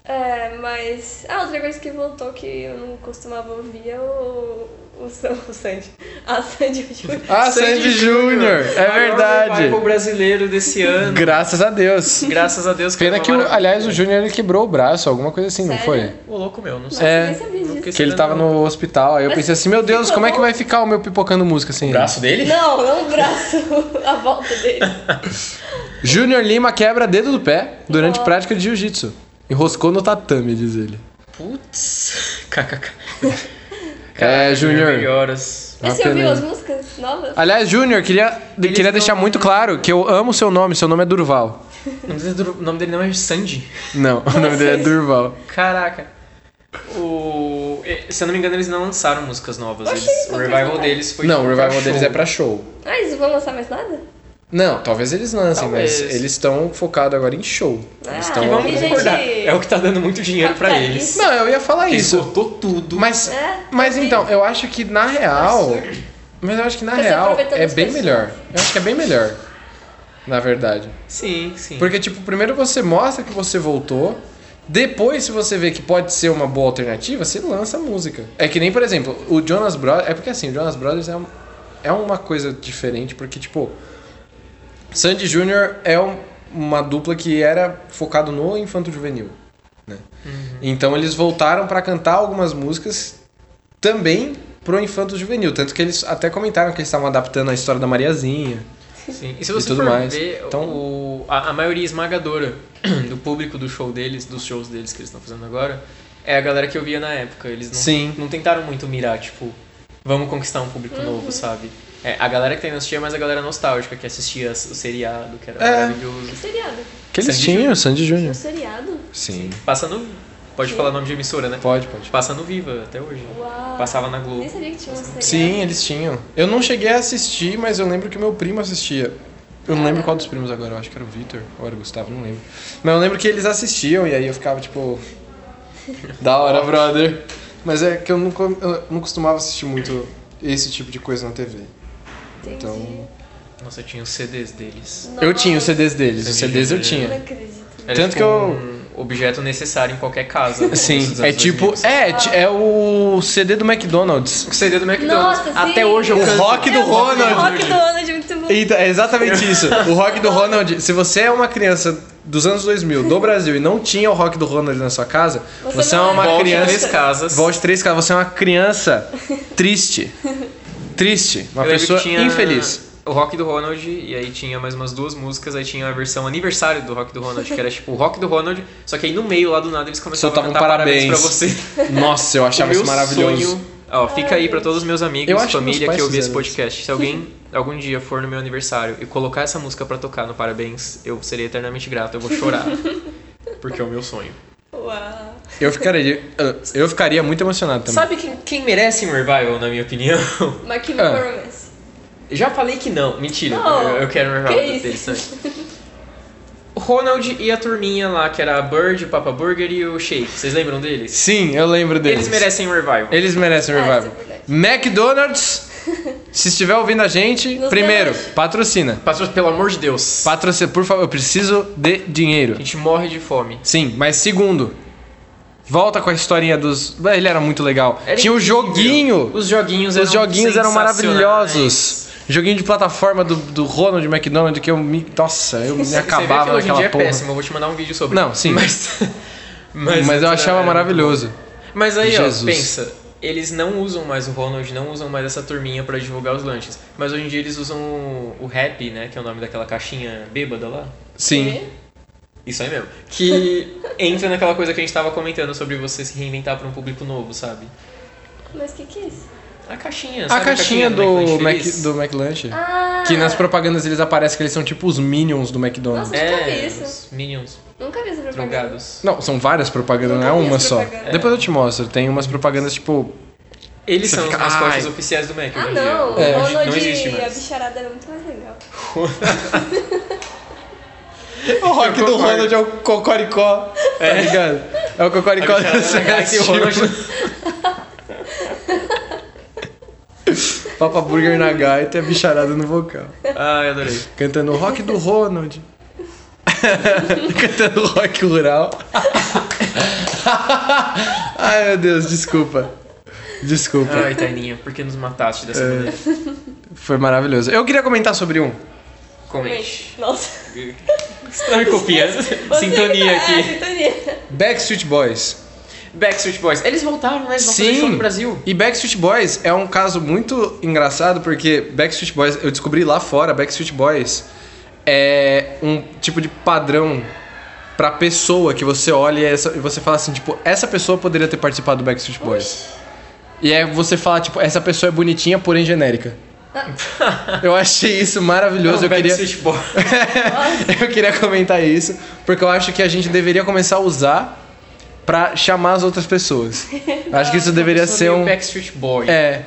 [SPEAKER 2] É, mas. Ah, outra coisa que voltou que eu não costumava ouvir é o. O, Sam, o Sandy. A Sandy Júnior.
[SPEAKER 3] Ah, Sandy Júnior! É
[SPEAKER 1] Maior
[SPEAKER 3] verdade!
[SPEAKER 1] revival brasileiro desse ano.
[SPEAKER 3] Graças a Deus.
[SPEAKER 1] Graças a Deus.
[SPEAKER 3] Pena
[SPEAKER 1] foi uma
[SPEAKER 3] que, o,
[SPEAKER 1] maravilha.
[SPEAKER 3] aliás, o Júnior ele quebrou o braço, alguma coisa assim, não
[SPEAKER 2] Sério?
[SPEAKER 3] foi?
[SPEAKER 1] Ô, louco meu, não sei.
[SPEAKER 2] Nossa,
[SPEAKER 3] É,
[SPEAKER 2] nem sabia
[SPEAKER 1] não
[SPEAKER 2] disso.
[SPEAKER 1] esqueci.
[SPEAKER 3] Que ele tava no hospital, aí eu
[SPEAKER 2] Mas
[SPEAKER 3] pensei assim, meu Deus,
[SPEAKER 2] ficou
[SPEAKER 3] como é que
[SPEAKER 2] bom?
[SPEAKER 3] vai ficar o meu pipocando música assim?
[SPEAKER 1] dele?
[SPEAKER 2] Não, não o braço, a volta dele.
[SPEAKER 3] Júnior Lima quebra dedo do pé durante
[SPEAKER 2] Nossa.
[SPEAKER 3] prática de jiu-jitsu. Enroscou no tatame, diz ele.
[SPEAKER 1] Putz. KKK.
[SPEAKER 3] É, Júnior.
[SPEAKER 1] Melhoras.
[SPEAKER 2] Mas
[SPEAKER 3] Uma
[SPEAKER 2] você ouviu
[SPEAKER 3] pena.
[SPEAKER 2] as músicas novas?
[SPEAKER 3] Aliás, Júnior, queria,
[SPEAKER 1] Eles
[SPEAKER 3] queria
[SPEAKER 1] não-
[SPEAKER 3] deixar muito claro que eu amo seu nome, seu nome é Durval.
[SPEAKER 1] O nome dele- O nome dele não é Sandy.
[SPEAKER 3] Não, o nome dele é Durval.
[SPEAKER 1] Caraca. O... e- Se eu não me engano, eles não lançaram músicas novas.
[SPEAKER 2] Eu
[SPEAKER 1] Eles-
[SPEAKER 2] achei que
[SPEAKER 1] O
[SPEAKER 2] não
[SPEAKER 1] revival
[SPEAKER 2] lançaram.
[SPEAKER 1] deles foi.
[SPEAKER 2] um
[SPEAKER 3] Não, o
[SPEAKER 1] pra
[SPEAKER 3] revival
[SPEAKER 1] show.
[SPEAKER 3] deles é pra show.
[SPEAKER 2] Ah, eles não vão lançar mais nada?
[SPEAKER 3] Não, talvez eles lancem, mas
[SPEAKER 1] Talvez.
[SPEAKER 3] eles estão focados agora em show. Eles
[SPEAKER 2] Ah,
[SPEAKER 3] estão.
[SPEAKER 1] E vamos
[SPEAKER 2] Gente,
[SPEAKER 1] concordar. É o que tá dando muito dinheiro pra eles.
[SPEAKER 2] capitalista.
[SPEAKER 3] Não, eu ia falar isso.
[SPEAKER 1] Esgotou tudo.
[SPEAKER 3] Mas,
[SPEAKER 2] É,
[SPEAKER 3] mas
[SPEAKER 2] também.
[SPEAKER 3] então, eu acho que na real.
[SPEAKER 2] Absurdo.
[SPEAKER 3] Mas eu acho que na
[SPEAKER 2] Tá se
[SPEAKER 3] real
[SPEAKER 2] aproveitando
[SPEAKER 3] é
[SPEAKER 2] das
[SPEAKER 3] bem
[SPEAKER 2] pessoas.
[SPEAKER 3] melhor. Eu acho que é bem melhor. Na verdade.
[SPEAKER 1] Sim, sim.
[SPEAKER 3] Porque, tipo, primeiro você mostra que você voltou. Depois, se você vê que pode ser uma boa alternativa, você lança a música. É que nem, por exemplo, o Jonas Brothers. É porque assim, o Jonas Brothers é, um- é uma coisa diferente, porque, tipo, Sandy Júnior é um- uma dupla que era focado no infanto juvenil. Né?
[SPEAKER 1] Uhum,
[SPEAKER 3] Então eles voltaram pra cantar algumas músicas também pro infanto juvenil. Tanto que eles até comentaram que eles estavam adaptando a história da Mariazinha.
[SPEAKER 1] Sim. E se você
[SPEAKER 3] E tudo
[SPEAKER 1] for
[SPEAKER 3] mais.
[SPEAKER 1] ver,
[SPEAKER 3] Então-
[SPEAKER 1] o- a, a maioria esmagadora do público do show deles, dos shows deles que eles estão fazendo agora, é a galera que eu via na época. Eles não,
[SPEAKER 3] Sim.
[SPEAKER 1] não tentaram muito mirar, tipo, vamos conquistar um público
[SPEAKER 2] Uhum.
[SPEAKER 1] novo, sabe? É, a galera que tá indo assistir é mais a galera nostálgica, que assistia as- o seriado, que era
[SPEAKER 3] É.
[SPEAKER 1] maravilhoso.
[SPEAKER 2] Que um seriado?
[SPEAKER 3] Que eles
[SPEAKER 1] Sandy
[SPEAKER 3] tinham,
[SPEAKER 1] Júnior.
[SPEAKER 3] Sandy
[SPEAKER 2] Um
[SPEAKER 3] Júnior.
[SPEAKER 2] seriado?
[SPEAKER 3] Sim.
[SPEAKER 1] Passa no. Pode falar o nome de emissora, né?
[SPEAKER 3] Pode, pode.
[SPEAKER 1] Passa no Viva até hoje.
[SPEAKER 2] Uau.
[SPEAKER 1] Passava na Globo.
[SPEAKER 2] Nem sabia que tinha um seriado.
[SPEAKER 3] Sim, eles tinham. Eu não cheguei a assistir, mas eu lembro que meu primo assistia. Eu não lembro qual dos primos agora, eu acho que era o Vitor ou era o Gustavo, não lembro. Mas eu lembro que eles assistiam e aí eu ficava tipo. da hora, brother. Mas é que eu não, eu não costumava assistir muito esse tipo de coisa na TV.
[SPEAKER 2] Entendi.
[SPEAKER 3] Então.
[SPEAKER 1] Nossa, eu tinha os CDs deles.
[SPEAKER 3] Eu tinha um os CDs deles, os
[SPEAKER 1] Sandy
[SPEAKER 3] CDs eu
[SPEAKER 1] Júnior.
[SPEAKER 2] Não
[SPEAKER 3] tinha.
[SPEAKER 2] acredito.
[SPEAKER 1] Era,
[SPEAKER 3] Tanto
[SPEAKER 1] tipo,
[SPEAKER 3] que eu-
[SPEAKER 1] um objeto necessário em qualquer casa.
[SPEAKER 3] Sim,
[SPEAKER 1] dos
[SPEAKER 3] é
[SPEAKER 1] anos
[SPEAKER 3] tipo.
[SPEAKER 1] 2000.
[SPEAKER 3] É, ti- é o CD do McDonald's.
[SPEAKER 1] O CD do McDonald's.
[SPEAKER 2] Nossa, sim.
[SPEAKER 1] Até hoje eu
[SPEAKER 2] O
[SPEAKER 1] canto.
[SPEAKER 3] rock do
[SPEAKER 2] É, o
[SPEAKER 3] Ronald.
[SPEAKER 2] Rock do Ronald é muito bom.
[SPEAKER 3] Eita, é exatamente isso. O rock do Ronald. Se você é uma criança dos anos 2000 do Brasil e não tinha o rock do Ronald na sua casa, você,
[SPEAKER 2] Você
[SPEAKER 3] é
[SPEAKER 2] não é.
[SPEAKER 3] uma
[SPEAKER 1] Volte
[SPEAKER 3] criança.
[SPEAKER 1] três casas.
[SPEAKER 3] Volte três casas. Você é uma criança triste. Triste. Uma
[SPEAKER 1] Eu lembro
[SPEAKER 3] pessoa
[SPEAKER 1] que tinha
[SPEAKER 3] infeliz.
[SPEAKER 1] O Rock do Ronald, e aí tinha mais umas duas músicas, aí tinha a versão aniversário do Rock do Ronald, que era tipo o Rock do Ronald, só que aí no meio lá do nada eles começavam
[SPEAKER 3] Soltava
[SPEAKER 1] a
[SPEAKER 3] um
[SPEAKER 1] cantar parabéns,
[SPEAKER 3] parabéns.
[SPEAKER 1] pra você.
[SPEAKER 3] Nossa, eu achava
[SPEAKER 1] o meu
[SPEAKER 3] isso maravilhoso.
[SPEAKER 1] sonho Ó, fica aí pra todos os meus amigos,
[SPEAKER 3] Eu acho que meus
[SPEAKER 1] família
[SPEAKER 3] pais
[SPEAKER 1] que ouvir esse
[SPEAKER 3] fizeram isso.
[SPEAKER 1] podcast. Se alguém algum dia for no meu aniversário e colocar essa música pra tocar no Parabéns, eu serei eternamente grato, eu vou chorar. porque é o meu sonho.
[SPEAKER 2] Uau.
[SPEAKER 3] Eu ficaria, eu ficaria muito emocionado também.
[SPEAKER 1] Sabe quem, quem merece um revival, na minha opinião?
[SPEAKER 2] My
[SPEAKER 3] Ah.
[SPEAKER 2] Chemical Romance.
[SPEAKER 1] Já falei que não. Mentira,
[SPEAKER 2] Não.
[SPEAKER 1] eu, eu quero um revival
[SPEAKER 2] Que isso?
[SPEAKER 1] interessante. Ronald e a turminha lá, que era a Bird, o Papa Burger e o Shake. Vocês lembram deles?
[SPEAKER 3] Sim, eu lembro deles.
[SPEAKER 1] Eles merecem um revival.
[SPEAKER 3] Eles merecem
[SPEAKER 2] Ah,
[SPEAKER 3] revival.
[SPEAKER 2] isso é verdade.
[SPEAKER 3] McDonald's, se estiver ouvindo a gente,
[SPEAKER 2] Nos
[SPEAKER 3] primeiro,
[SPEAKER 2] dê lanche.
[SPEAKER 3] patrocina.
[SPEAKER 1] Pastor, pelo amor de Deus.
[SPEAKER 3] Patrocina, por favor, eu preciso de
[SPEAKER 1] A
[SPEAKER 3] dinheiro.
[SPEAKER 1] gente morre de fome.
[SPEAKER 3] Sim, mas segundo, volta com a historinha dos. Ah, Ele era muito legal.
[SPEAKER 1] Era
[SPEAKER 3] Tinha o
[SPEAKER 1] incrível.
[SPEAKER 3] joguinho.
[SPEAKER 1] Os joguinhos eram
[SPEAKER 3] Os joguinhos eram
[SPEAKER 1] sensacionais.
[SPEAKER 3] maravilhosos. Joguinho de plataforma do, do Ronald McDonald que eu me. Nossa, eu me
[SPEAKER 1] Você- você vê que
[SPEAKER 3] acabava
[SPEAKER 1] hoje em
[SPEAKER 3] naquela
[SPEAKER 1] dia é
[SPEAKER 3] porra.
[SPEAKER 1] péssimo, eu vou te mandar um vídeo sobre.
[SPEAKER 3] Não, sim.
[SPEAKER 1] Mas,
[SPEAKER 3] Mas, eu
[SPEAKER 1] era-
[SPEAKER 3] achava
[SPEAKER 1] era-
[SPEAKER 3] maravilhoso.
[SPEAKER 1] Mas aí,
[SPEAKER 3] Jesus.
[SPEAKER 1] ó, pensa. Eles não usam mais o Ronald, não usam mais essa turminha pra divulgar os lanches. Mas hoje em dia eles usam o, o Happy, né? Que é o nome daquela caixinha bêbada lá.
[SPEAKER 3] Sim.
[SPEAKER 1] Isso aí mesmo. Que entra naquela coisa que a gente tava comentando sobre você se reinventar pra um público novo, sabe?
[SPEAKER 2] Mas o que, que é isso?
[SPEAKER 1] A caixinha,
[SPEAKER 3] A
[SPEAKER 1] sabe?
[SPEAKER 3] caixinha do,
[SPEAKER 1] McLanche
[SPEAKER 3] Mac,
[SPEAKER 1] Feliz? é.
[SPEAKER 3] do McLanche.
[SPEAKER 2] Ah!
[SPEAKER 3] Que nas propagandas eles aparecem que eles são tipo os Minions do McDonald's.
[SPEAKER 2] Nossa. Eu nunca vi
[SPEAKER 1] É,
[SPEAKER 2] isso.
[SPEAKER 1] os Minions
[SPEAKER 2] Nunca vi essa propaganda.
[SPEAKER 1] drogados.
[SPEAKER 3] Não, são várias propagandas, não é
[SPEAKER 2] Nunca vi
[SPEAKER 3] uma
[SPEAKER 2] essa
[SPEAKER 3] só.
[SPEAKER 2] propaganda.
[SPEAKER 3] Depois eu te mostro. Tem umas propagandas tipo.
[SPEAKER 1] Eles
[SPEAKER 3] Você
[SPEAKER 1] são
[SPEAKER 3] fica,
[SPEAKER 1] os mascotes
[SPEAKER 3] "Ai".
[SPEAKER 1] oficiais do Mac.
[SPEAKER 2] Ah,
[SPEAKER 1] hoje em dia.
[SPEAKER 2] não.
[SPEAKER 3] É,
[SPEAKER 2] o
[SPEAKER 1] Hoje
[SPEAKER 2] Ronald
[SPEAKER 1] não existe
[SPEAKER 2] e a
[SPEAKER 1] mais.
[SPEAKER 2] bicharada era muito mais legal.
[SPEAKER 3] O rock
[SPEAKER 1] do Ronald
[SPEAKER 3] é o Cocoricó. É, tá ligado? É o
[SPEAKER 1] A
[SPEAKER 3] Cocoricó
[SPEAKER 1] bicharada
[SPEAKER 3] do
[SPEAKER 1] da Galaxy
[SPEAKER 3] Celestino.
[SPEAKER 1] Ronald.
[SPEAKER 3] Papa Burger na gaita e a bicharada no vocal.
[SPEAKER 1] Ai, adorei.
[SPEAKER 3] Cantando o rock do Ronald. Cantando rock rural. Ai meu Deus, desculpa. Desculpa.
[SPEAKER 1] Ai, Taininha, por que nos mataste dessa
[SPEAKER 3] É.
[SPEAKER 1] maneira?
[SPEAKER 3] Foi maravilhoso. Eu queria comentar sobre um.
[SPEAKER 1] Comente.
[SPEAKER 2] Nossa.
[SPEAKER 1] Estranho copia.
[SPEAKER 2] Você
[SPEAKER 1] Sintonia
[SPEAKER 2] que tá- É,
[SPEAKER 1] aqui.
[SPEAKER 2] sintonia.
[SPEAKER 3] Backstreet Boys.
[SPEAKER 1] é. Backstreet Boys. Eles voltaram, né? Eles vão fazer
[SPEAKER 3] Sim.
[SPEAKER 1] show no Brasil.
[SPEAKER 3] E Backstreet Boys é um caso muito engraçado porque Backstreet Boys, eu descobri lá fora, Backstreet Boys é um tipo de padrão pra pessoa que você olha e essa- e você fala assim, tipo, essa pessoa poderia ter participado do Backstreet Boys. E aí você fala, tipo, essa pessoa é bonitinha, porém genérica. eu achei isso maravilhoso,
[SPEAKER 1] Não,
[SPEAKER 3] eu queria...
[SPEAKER 1] Backstreet Boys.
[SPEAKER 3] eu queria comentar isso, porque eu acho que a gente deveria começar a usar pra chamar as outras pessoas. Eu acho que isso deveria
[SPEAKER 1] Sou
[SPEAKER 3] ser
[SPEAKER 1] meio
[SPEAKER 3] um...
[SPEAKER 1] Backstreet Boy.
[SPEAKER 3] É.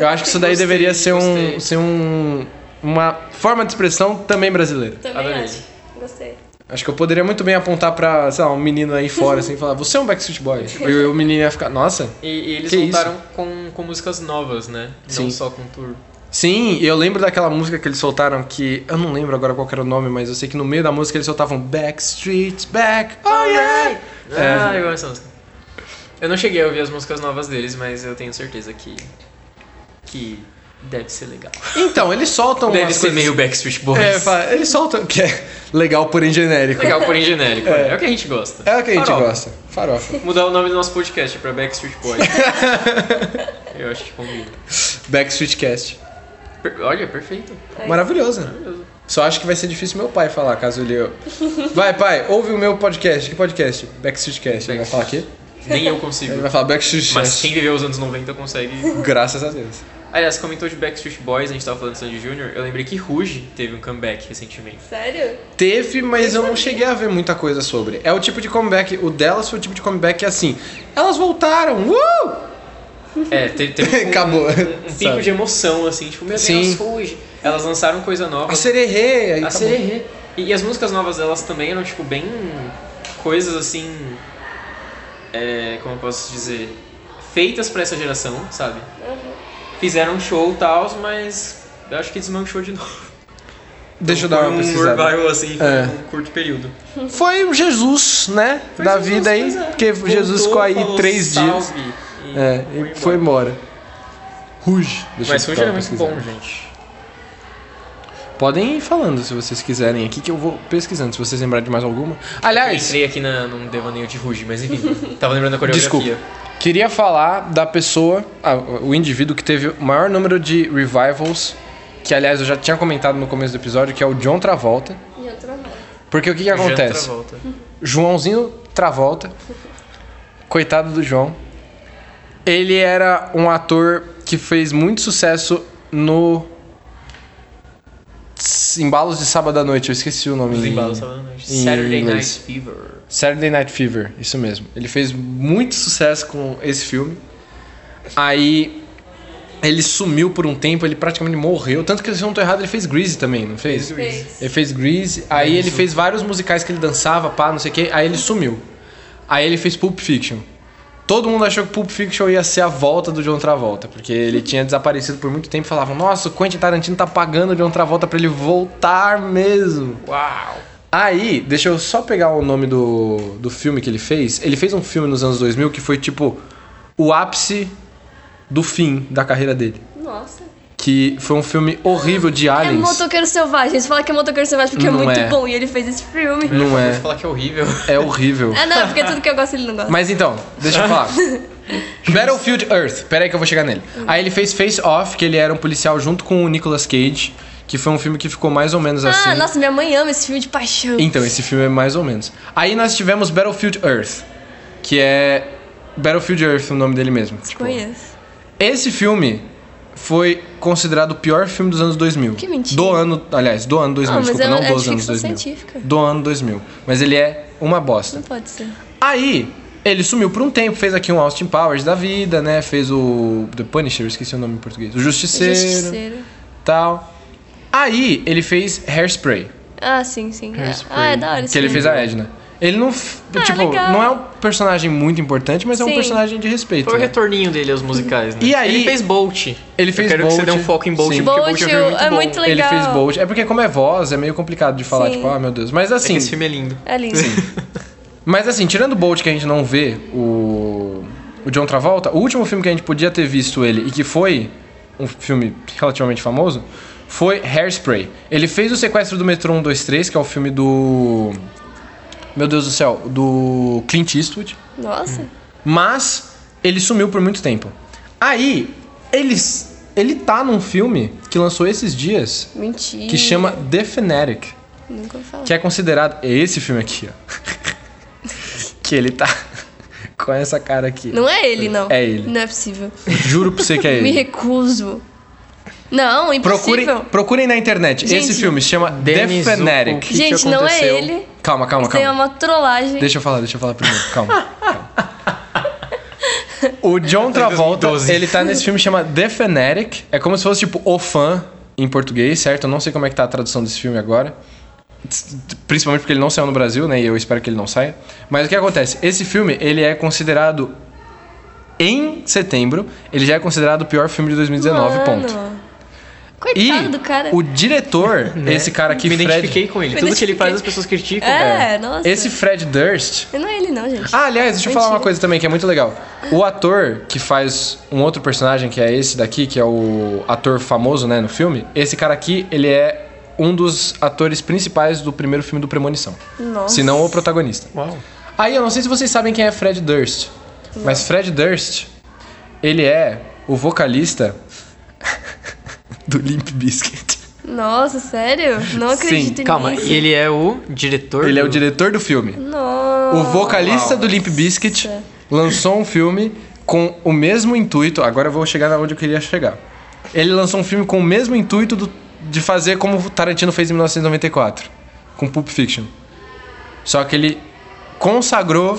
[SPEAKER 3] Eu acho que isso daí
[SPEAKER 1] Gostei,
[SPEAKER 3] deveria ser um,
[SPEAKER 1] gostei.
[SPEAKER 3] ser um uma forma de expressão também brasileira.
[SPEAKER 2] Também
[SPEAKER 1] Adorei.
[SPEAKER 2] acho. Gostei.
[SPEAKER 3] Acho que eu poderia muito bem apontar pra, sei lá, um menino aí fora assim e falar: "Você é um Backstreet Boy". E o menino ia ficar: "Nossa".
[SPEAKER 1] E, e eles
[SPEAKER 3] Que
[SPEAKER 1] voltaram com, com músicas novas, né?
[SPEAKER 3] Sim.
[SPEAKER 1] Não só com tour.
[SPEAKER 3] Sim, e eu lembro daquela música que eles soltaram que eu não lembro agora qual que era o nome, mas eu sei que no meio da música eles soltavam Backstreet Back. Oh yeah. É.
[SPEAKER 1] Ah, eu gosto dessa música. Eu não cheguei a ouvir as músicas novas deles, mas eu tenho certeza que. que deve ser legal.
[SPEAKER 3] Então, eles soltam
[SPEAKER 1] deve
[SPEAKER 3] umas
[SPEAKER 1] ser
[SPEAKER 3] coisas-
[SPEAKER 1] meio Backstreet Boys.
[SPEAKER 3] É, fala- eles soltam que é legal porém genérico.
[SPEAKER 1] Legal, porém genérico. É.
[SPEAKER 3] É.
[SPEAKER 1] é o que a gente gosta.
[SPEAKER 3] É o que a gente
[SPEAKER 1] Farofa.
[SPEAKER 3] gosta. Farofa.
[SPEAKER 1] Mudar o nome do nosso podcast pra Backstreet Boys. eu acho que combina.
[SPEAKER 3] Backstreet Cast.
[SPEAKER 1] Per- olha, perfeito.
[SPEAKER 2] Aí.
[SPEAKER 3] Maravilhoso, né?
[SPEAKER 1] Maravilhoso.
[SPEAKER 3] Só acho que vai ser difícil meu pai falar, caso ele. Vai, pai, ouve o meu podcast. Que podcast? Backstreet Cast. Ele vai falar aqui?
[SPEAKER 1] Nem eu consigo.
[SPEAKER 3] Ele vai falar Backstreet
[SPEAKER 1] Mas
[SPEAKER 3] Cast.
[SPEAKER 1] quem viveu os anos 90 consegue.
[SPEAKER 3] Graças a Deus.
[SPEAKER 1] Aliás, comentou de Backstreet Boys, a gente tava falando de Sandy Jr. Eu lembrei que Ruge teve um comeback recentemente.
[SPEAKER 2] Sério?
[SPEAKER 3] Teve, mas eu não cheguei a ver muita coisa sobre. É o tipo de comeback. O delas foi o tipo de comeback que é assim. Elas voltaram! Uh!
[SPEAKER 1] É, te- teve um,
[SPEAKER 3] Acabou.
[SPEAKER 1] um pico
[SPEAKER 3] sabe?
[SPEAKER 1] de emoção, assim, tipo, meu
[SPEAKER 3] Sim.
[SPEAKER 1] Deus, Ruge. Elas lançaram coisa nova.
[SPEAKER 3] A sererê, aí
[SPEAKER 1] A
[SPEAKER 3] acabou.
[SPEAKER 1] sererê. E, e as músicas novas delas também eram, tipo, bem. coisas assim. É, como eu posso dizer? Feitas pra essa geração, sabe?
[SPEAKER 2] Uhum.
[SPEAKER 1] Fizeram um show e tal, mas eu acho que desmanchou de novo.
[SPEAKER 3] Deixa eu dar
[SPEAKER 1] Foi
[SPEAKER 3] uma
[SPEAKER 1] um
[SPEAKER 3] pesquisada.
[SPEAKER 1] revival, assim,
[SPEAKER 3] É.
[SPEAKER 1] um curto período.
[SPEAKER 3] Foi o Jesus, né?
[SPEAKER 1] Foi
[SPEAKER 3] da
[SPEAKER 1] Jesus,
[SPEAKER 3] vida aí.
[SPEAKER 1] pois é.
[SPEAKER 3] Porque Jesus ficou
[SPEAKER 1] Voltou,
[SPEAKER 3] aí
[SPEAKER 1] falou
[SPEAKER 3] três dias.
[SPEAKER 1] salve e
[SPEAKER 3] É, e foi
[SPEAKER 1] embora.
[SPEAKER 3] embora. Ruge. Deixa
[SPEAKER 1] Mas
[SPEAKER 3] eu
[SPEAKER 1] Ruge
[SPEAKER 3] dar
[SPEAKER 1] era
[SPEAKER 3] uma
[SPEAKER 1] muito
[SPEAKER 3] pesquisada.
[SPEAKER 1] bom, gente.
[SPEAKER 3] Podem ir falando se vocês quiserem aqui, que eu vou pesquisando, se vocês lembrarem de mais alguma. Aliás,
[SPEAKER 1] Entrei aqui na, num devaneio de Ruge, mas enfim. tava lembrando da coreografia.
[SPEAKER 3] desculpa. Queria falar da pessoa, ah, o indivíduo que teve o maior número de revivals, que aliás eu já tinha comentado no começo do episódio, que é o John Travolta.
[SPEAKER 2] E outra mão.
[SPEAKER 3] Porque o que, que
[SPEAKER 1] Jean
[SPEAKER 3] acontece?
[SPEAKER 1] Travolta.
[SPEAKER 3] Joãozinho Travolta, coitado do João, Ele era um ator que fez muito sucesso no. S- Embalos de Sábado à Noite, eu esqueci o nome.
[SPEAKER 1] Os
[SPEAKER 3] em-
[SPEAKER 1] embalos sábado à noite.
[SPEAKER 3] em
[SPEAKER 1] Saturday Night
[SPEAKER 3] inglês.
[SPEAKER 1] Fever.
[SPEAKER 3] Saturday Night Fever, isso mesmo. Ele fez muito sucesso com esse filme. Aí ele sumiu por um tempo, ele praticamente morreu. Tanto que, se eu não tô errado, ele fez Greasy também, não fez?
[SPEAKER 2] Fez.
[SPEAKER 3] Ele fez Grease, aí ele fez vários musicais que ele dançava, pá, não sei o que, aí ele sumiu. Aí ele fez Pulp Fiction. Todo mundo achou que Pulp Fiction ia ser a volta do John Travolta, porque ele tinha desaparecido por muito tempo. Falavam, nossa, o Quentin Tarantino tá pagando o John Travolta pra ele voltar mesmo.
[SPEAKER 1] Uau!
[SPEAKER 3] Aí, deixa eu só pegar o nome do, do filme que ele fez. Ele fez um filme nos anos 2000 que foi tipo o ápice do fim da carreira dele.
[SPEAKER 2] Nossa.
[SPEAKER 3] Que foi um filme horrível de
[SPEAKER 2] É
[SPEAKER 3] aliens.
[SPEAKER 2] Motoqueiro Selvagem. Você fala que é Motoqueiro Selvagem porque
[SPEAKER 3] Não
[SPEAKER 2] é muito
[SPEAKER 3] é.
[SPEAKER 2] bom e ele fez esse filme.
[SPEAKER 3] Não
[SPEAKER 1] Eu
[SPEAKER 3] é.
[SPEAKER 1] vou falar que é horrível.
[SPEAKER 3] É horrível.
[SPEAKER 2] Ah, não, porque tudo que eu gosto ele não gosta.
[SPEAKER 3] Mas então, deixa eu falar. Battlefield Earth, peraí que eu vou chegar nele. Aí ele fez Face Off, que ele era um policial junto com o Nicolas Cage, que foi um filme que ficou mais ou menos assim.
[SPEAKER 2] ah, nossa, minha mãe ama esse filme de paixão.
[SPEAKER 3] Então, esse filme é mais ou menos. Aí nós tivemos Battlefield Earth, que é. Battlefield Earth, o nome dele mesmo. Tipo,
[SPEAKER 2] Conheço.
[SPEAKER 3] esse filme foi considerado o pior filme dos anos 2000.
[SPEAKER 2] Que mentira.
[SPEAKER 3] Do ano, aliás, do ano 2000,
[SPEAKER 2] Ah, mas
[SPEAKER 3] desculpa,
[SPEAKER 2] é-
[SPEAKER 3] não
[SPEAKER 2] é de
[SPEAKER 3] dos anos
[SPEAKER 2] ficção
[SPEAKER 3] 2000.
[SPEAKER 2] científica.
[SPEAKER 3] Do ano 2000. Mas ele é uma bosta.
[SPEAKER 2] Não pode ser.
[SPEAKER 3] Aí, ele sumiu por um tempo, fez aqui um Austin Powers da vida, né? Fez o The Punisher, esqueci o nome em português. O Justiceiro,
[SPEAKER 2] Justiceiro.
[SPEAKER 3] tal. Aí, ele fez Hairspray,
[SPEAKER 2] Ah, sim, sim.
[SPEAKER 1] Hairspray.
[SPEAKER 2] Ah, é da hora esse
[SPEAKER 3] que ele
[SPEAKER 2] filme.
[SPEAKER 3] fez a Edna. Ele não, f-
[SPEAKER 2] Ah,
[SPEAKER 3] tipo,
[SPEAKER 2] legal.
[SPEAKER 3] não é um personagem muito importante, mas é um
[SPEAKER 2] Sim.
[SPEAKER 3] personagem de respeito.
[SPEAKER 1] Foi um o
[SPEAKER 3] né?
[SPEAKER 1] retorninho dele aos musicais, né?
[SPEAKER 3] E aí-
[SPEAKER 1] Ele fez Bolt.
[SPEAKER 3] Ele fez
[SPEAKER 1] Eu quero que você
[SPEAKER 3] Bolt.
[SPEAKER 1] dê um foco em Bolt,
[SPEAKER 3] Sim.
[SPEAKER 1] porque Bolt,
[SPEAKER 2] Bolt,
[SPEAKER 1] é um filme muito
[SPEAKER 2] é
[SPEAKER 1] bom.
[SPEAKER 2] muito legal.
[SPEAKER 3] Ele fez Bolt. É porque como é voz, é meio complicado de falar,
[SPEAKER 2] Sim.
[SPEAKER 3] tipo, ah, meu Deus. Mas
[SPEAKER 1] É que
[SPEAKER 3] assim,
[SPEAKER 1] esse filme é lindo.
[SPEAKER 2] É lindo.
[SPEAKER 3] Mas assim, tirando o Bolt que a gente não vê, o, o John Travolta, o último filme que a gente podia ter visto ele e que foi um filme relativamente famoso foi Hairspray. Ele fez o sequestro do metrô 123, que é o filme do Meu Deus do céu, do Clint Eastwood,
[SPEAKER 2] Nossa.
[SPEAKER 3] mas ele sumiu por muito tempo. Aí, ele ele tá num filme que lançou esses dias
[SPEAKER 2] Mentira.
[SPEAKER 3] que chama The Fanatic
[SPEAKER 2] Nunca vou falar.
[SPEAKER 3] que é considerado é esse filme aqui, ó. que ele tá com essa cara aqui.
[SPEAKER 2] Não é ele, não.
[SPEAKER 3] É ele.
[SPEAKER 2] Não é possível.
[SPEAKER 3] Juro pra você que é
[SPEAKER 2] Me
[SPEAKER 3] ele.
[SPEAKER 2] recuso. Não,
[SPEAKER 3] Procurem,
[SPEAKER 2] impossível.
[SPEAKER 3] procurem na internet.
[SPEAKER 2] Gente.
[SPEAKER 3] esse filme se chama The
[SPEAKER 1] Denis, o
[SPEAKER 3] Fanatic.
[SPEAKER 1] que te
[SPEAKER 2] Gente, não é
[SPEAKER 1] aconteceu?
[SPEAKER 2] ele.
[SPEAKER 3] Calma, calma,
[SPEAKER 2] Tem
[SPEAKER 3] calma.
[SPEAKER 2] uma trollagem.
[SPEAKER 3] Deixa eu falar, deixa eu falar primeiro. Calma. calma. O John Travolta,
[SPEAKER 1] 2012.
[SPEAKER 3] ele tá nesse filme que chama The Fanatic. É como se fosse tipo O Fã em português, certo? Eu não sei como é que tá a tradução desse filme agora. Principalmente porque ele não saiu no Brasil, né? E eu espero que ele não saia. Mas o que acontece? Esse filme, ele é considerado em setembro, ele já é considerado o pior filme de 2019,
[SPEAKER 2] Mano.
[SPEAKER 3] ponto. E
[SPEAKER 2] Coitado do cara.
[SPEAKER 3] o diretor, esse cara aqui,
[SPEAKER 1] Né? Me
[SPEAKER 3] Fred,
[SPEAKER 1] identifiquei com ele.
[SPEAKER 2] Me
[SPEAKER 1] Tudo que ele
[SPEAKER 2] identifiquei.
[SPEAKER 1] faz as pessoas criticam.
[SPEAKER 2] É, nossa.
[SPEAKER 3] esse Fred Durst,
[SPEAKER 2] Não é ele, não, gente.
[SPEAKER 3] Ah, aliás, deixa eu
[SPEAKER 2] Mentira.
[SPEAKER 3] falar uma coisa também que é muito legal. O ator que faz um outro personagem, que é esse daqui, que é o ator famoso, né, no filme, esse cara aqui, ele é um dos atores principais do primeiro filme do Premonição.
[SPEAKER 2] Nossa.
[SPEAKER 3] Se não o protagonista.
[SPEAKER 1] Uau.
[SPEAKER 3] Aí eu não sei se vocês sabem quem é Fred Durst, mas Fred Durst, ele é o vocalista do Limp Bizkit.
[SPEAKER 2] Nossa, sério? Não
[SPEAKER 3] Sim,
[SPEAKER 2] acredito nisso.
[SPEAKER 1] Calma, e ele é o diretor?
[SPEAKER 3] Ele é o
[SPEAKER 1] do-
[SPEAKER 3] diretor do filme.
[SPEAKER 2] Nossa.
[SPEAKER 3] O vocalista
[SPEAKER 1] Uau.
[SPEAKER 3] do Limp Bizkit lançou um filme com o mesmo intuito. Agora eu vou chegar na onde eu queria chegar. Ele lançou um filme com o mesmo intuito do- de fazer como o Tarantino fez em 1994, com Pulp Fiction. Só que ele consagrou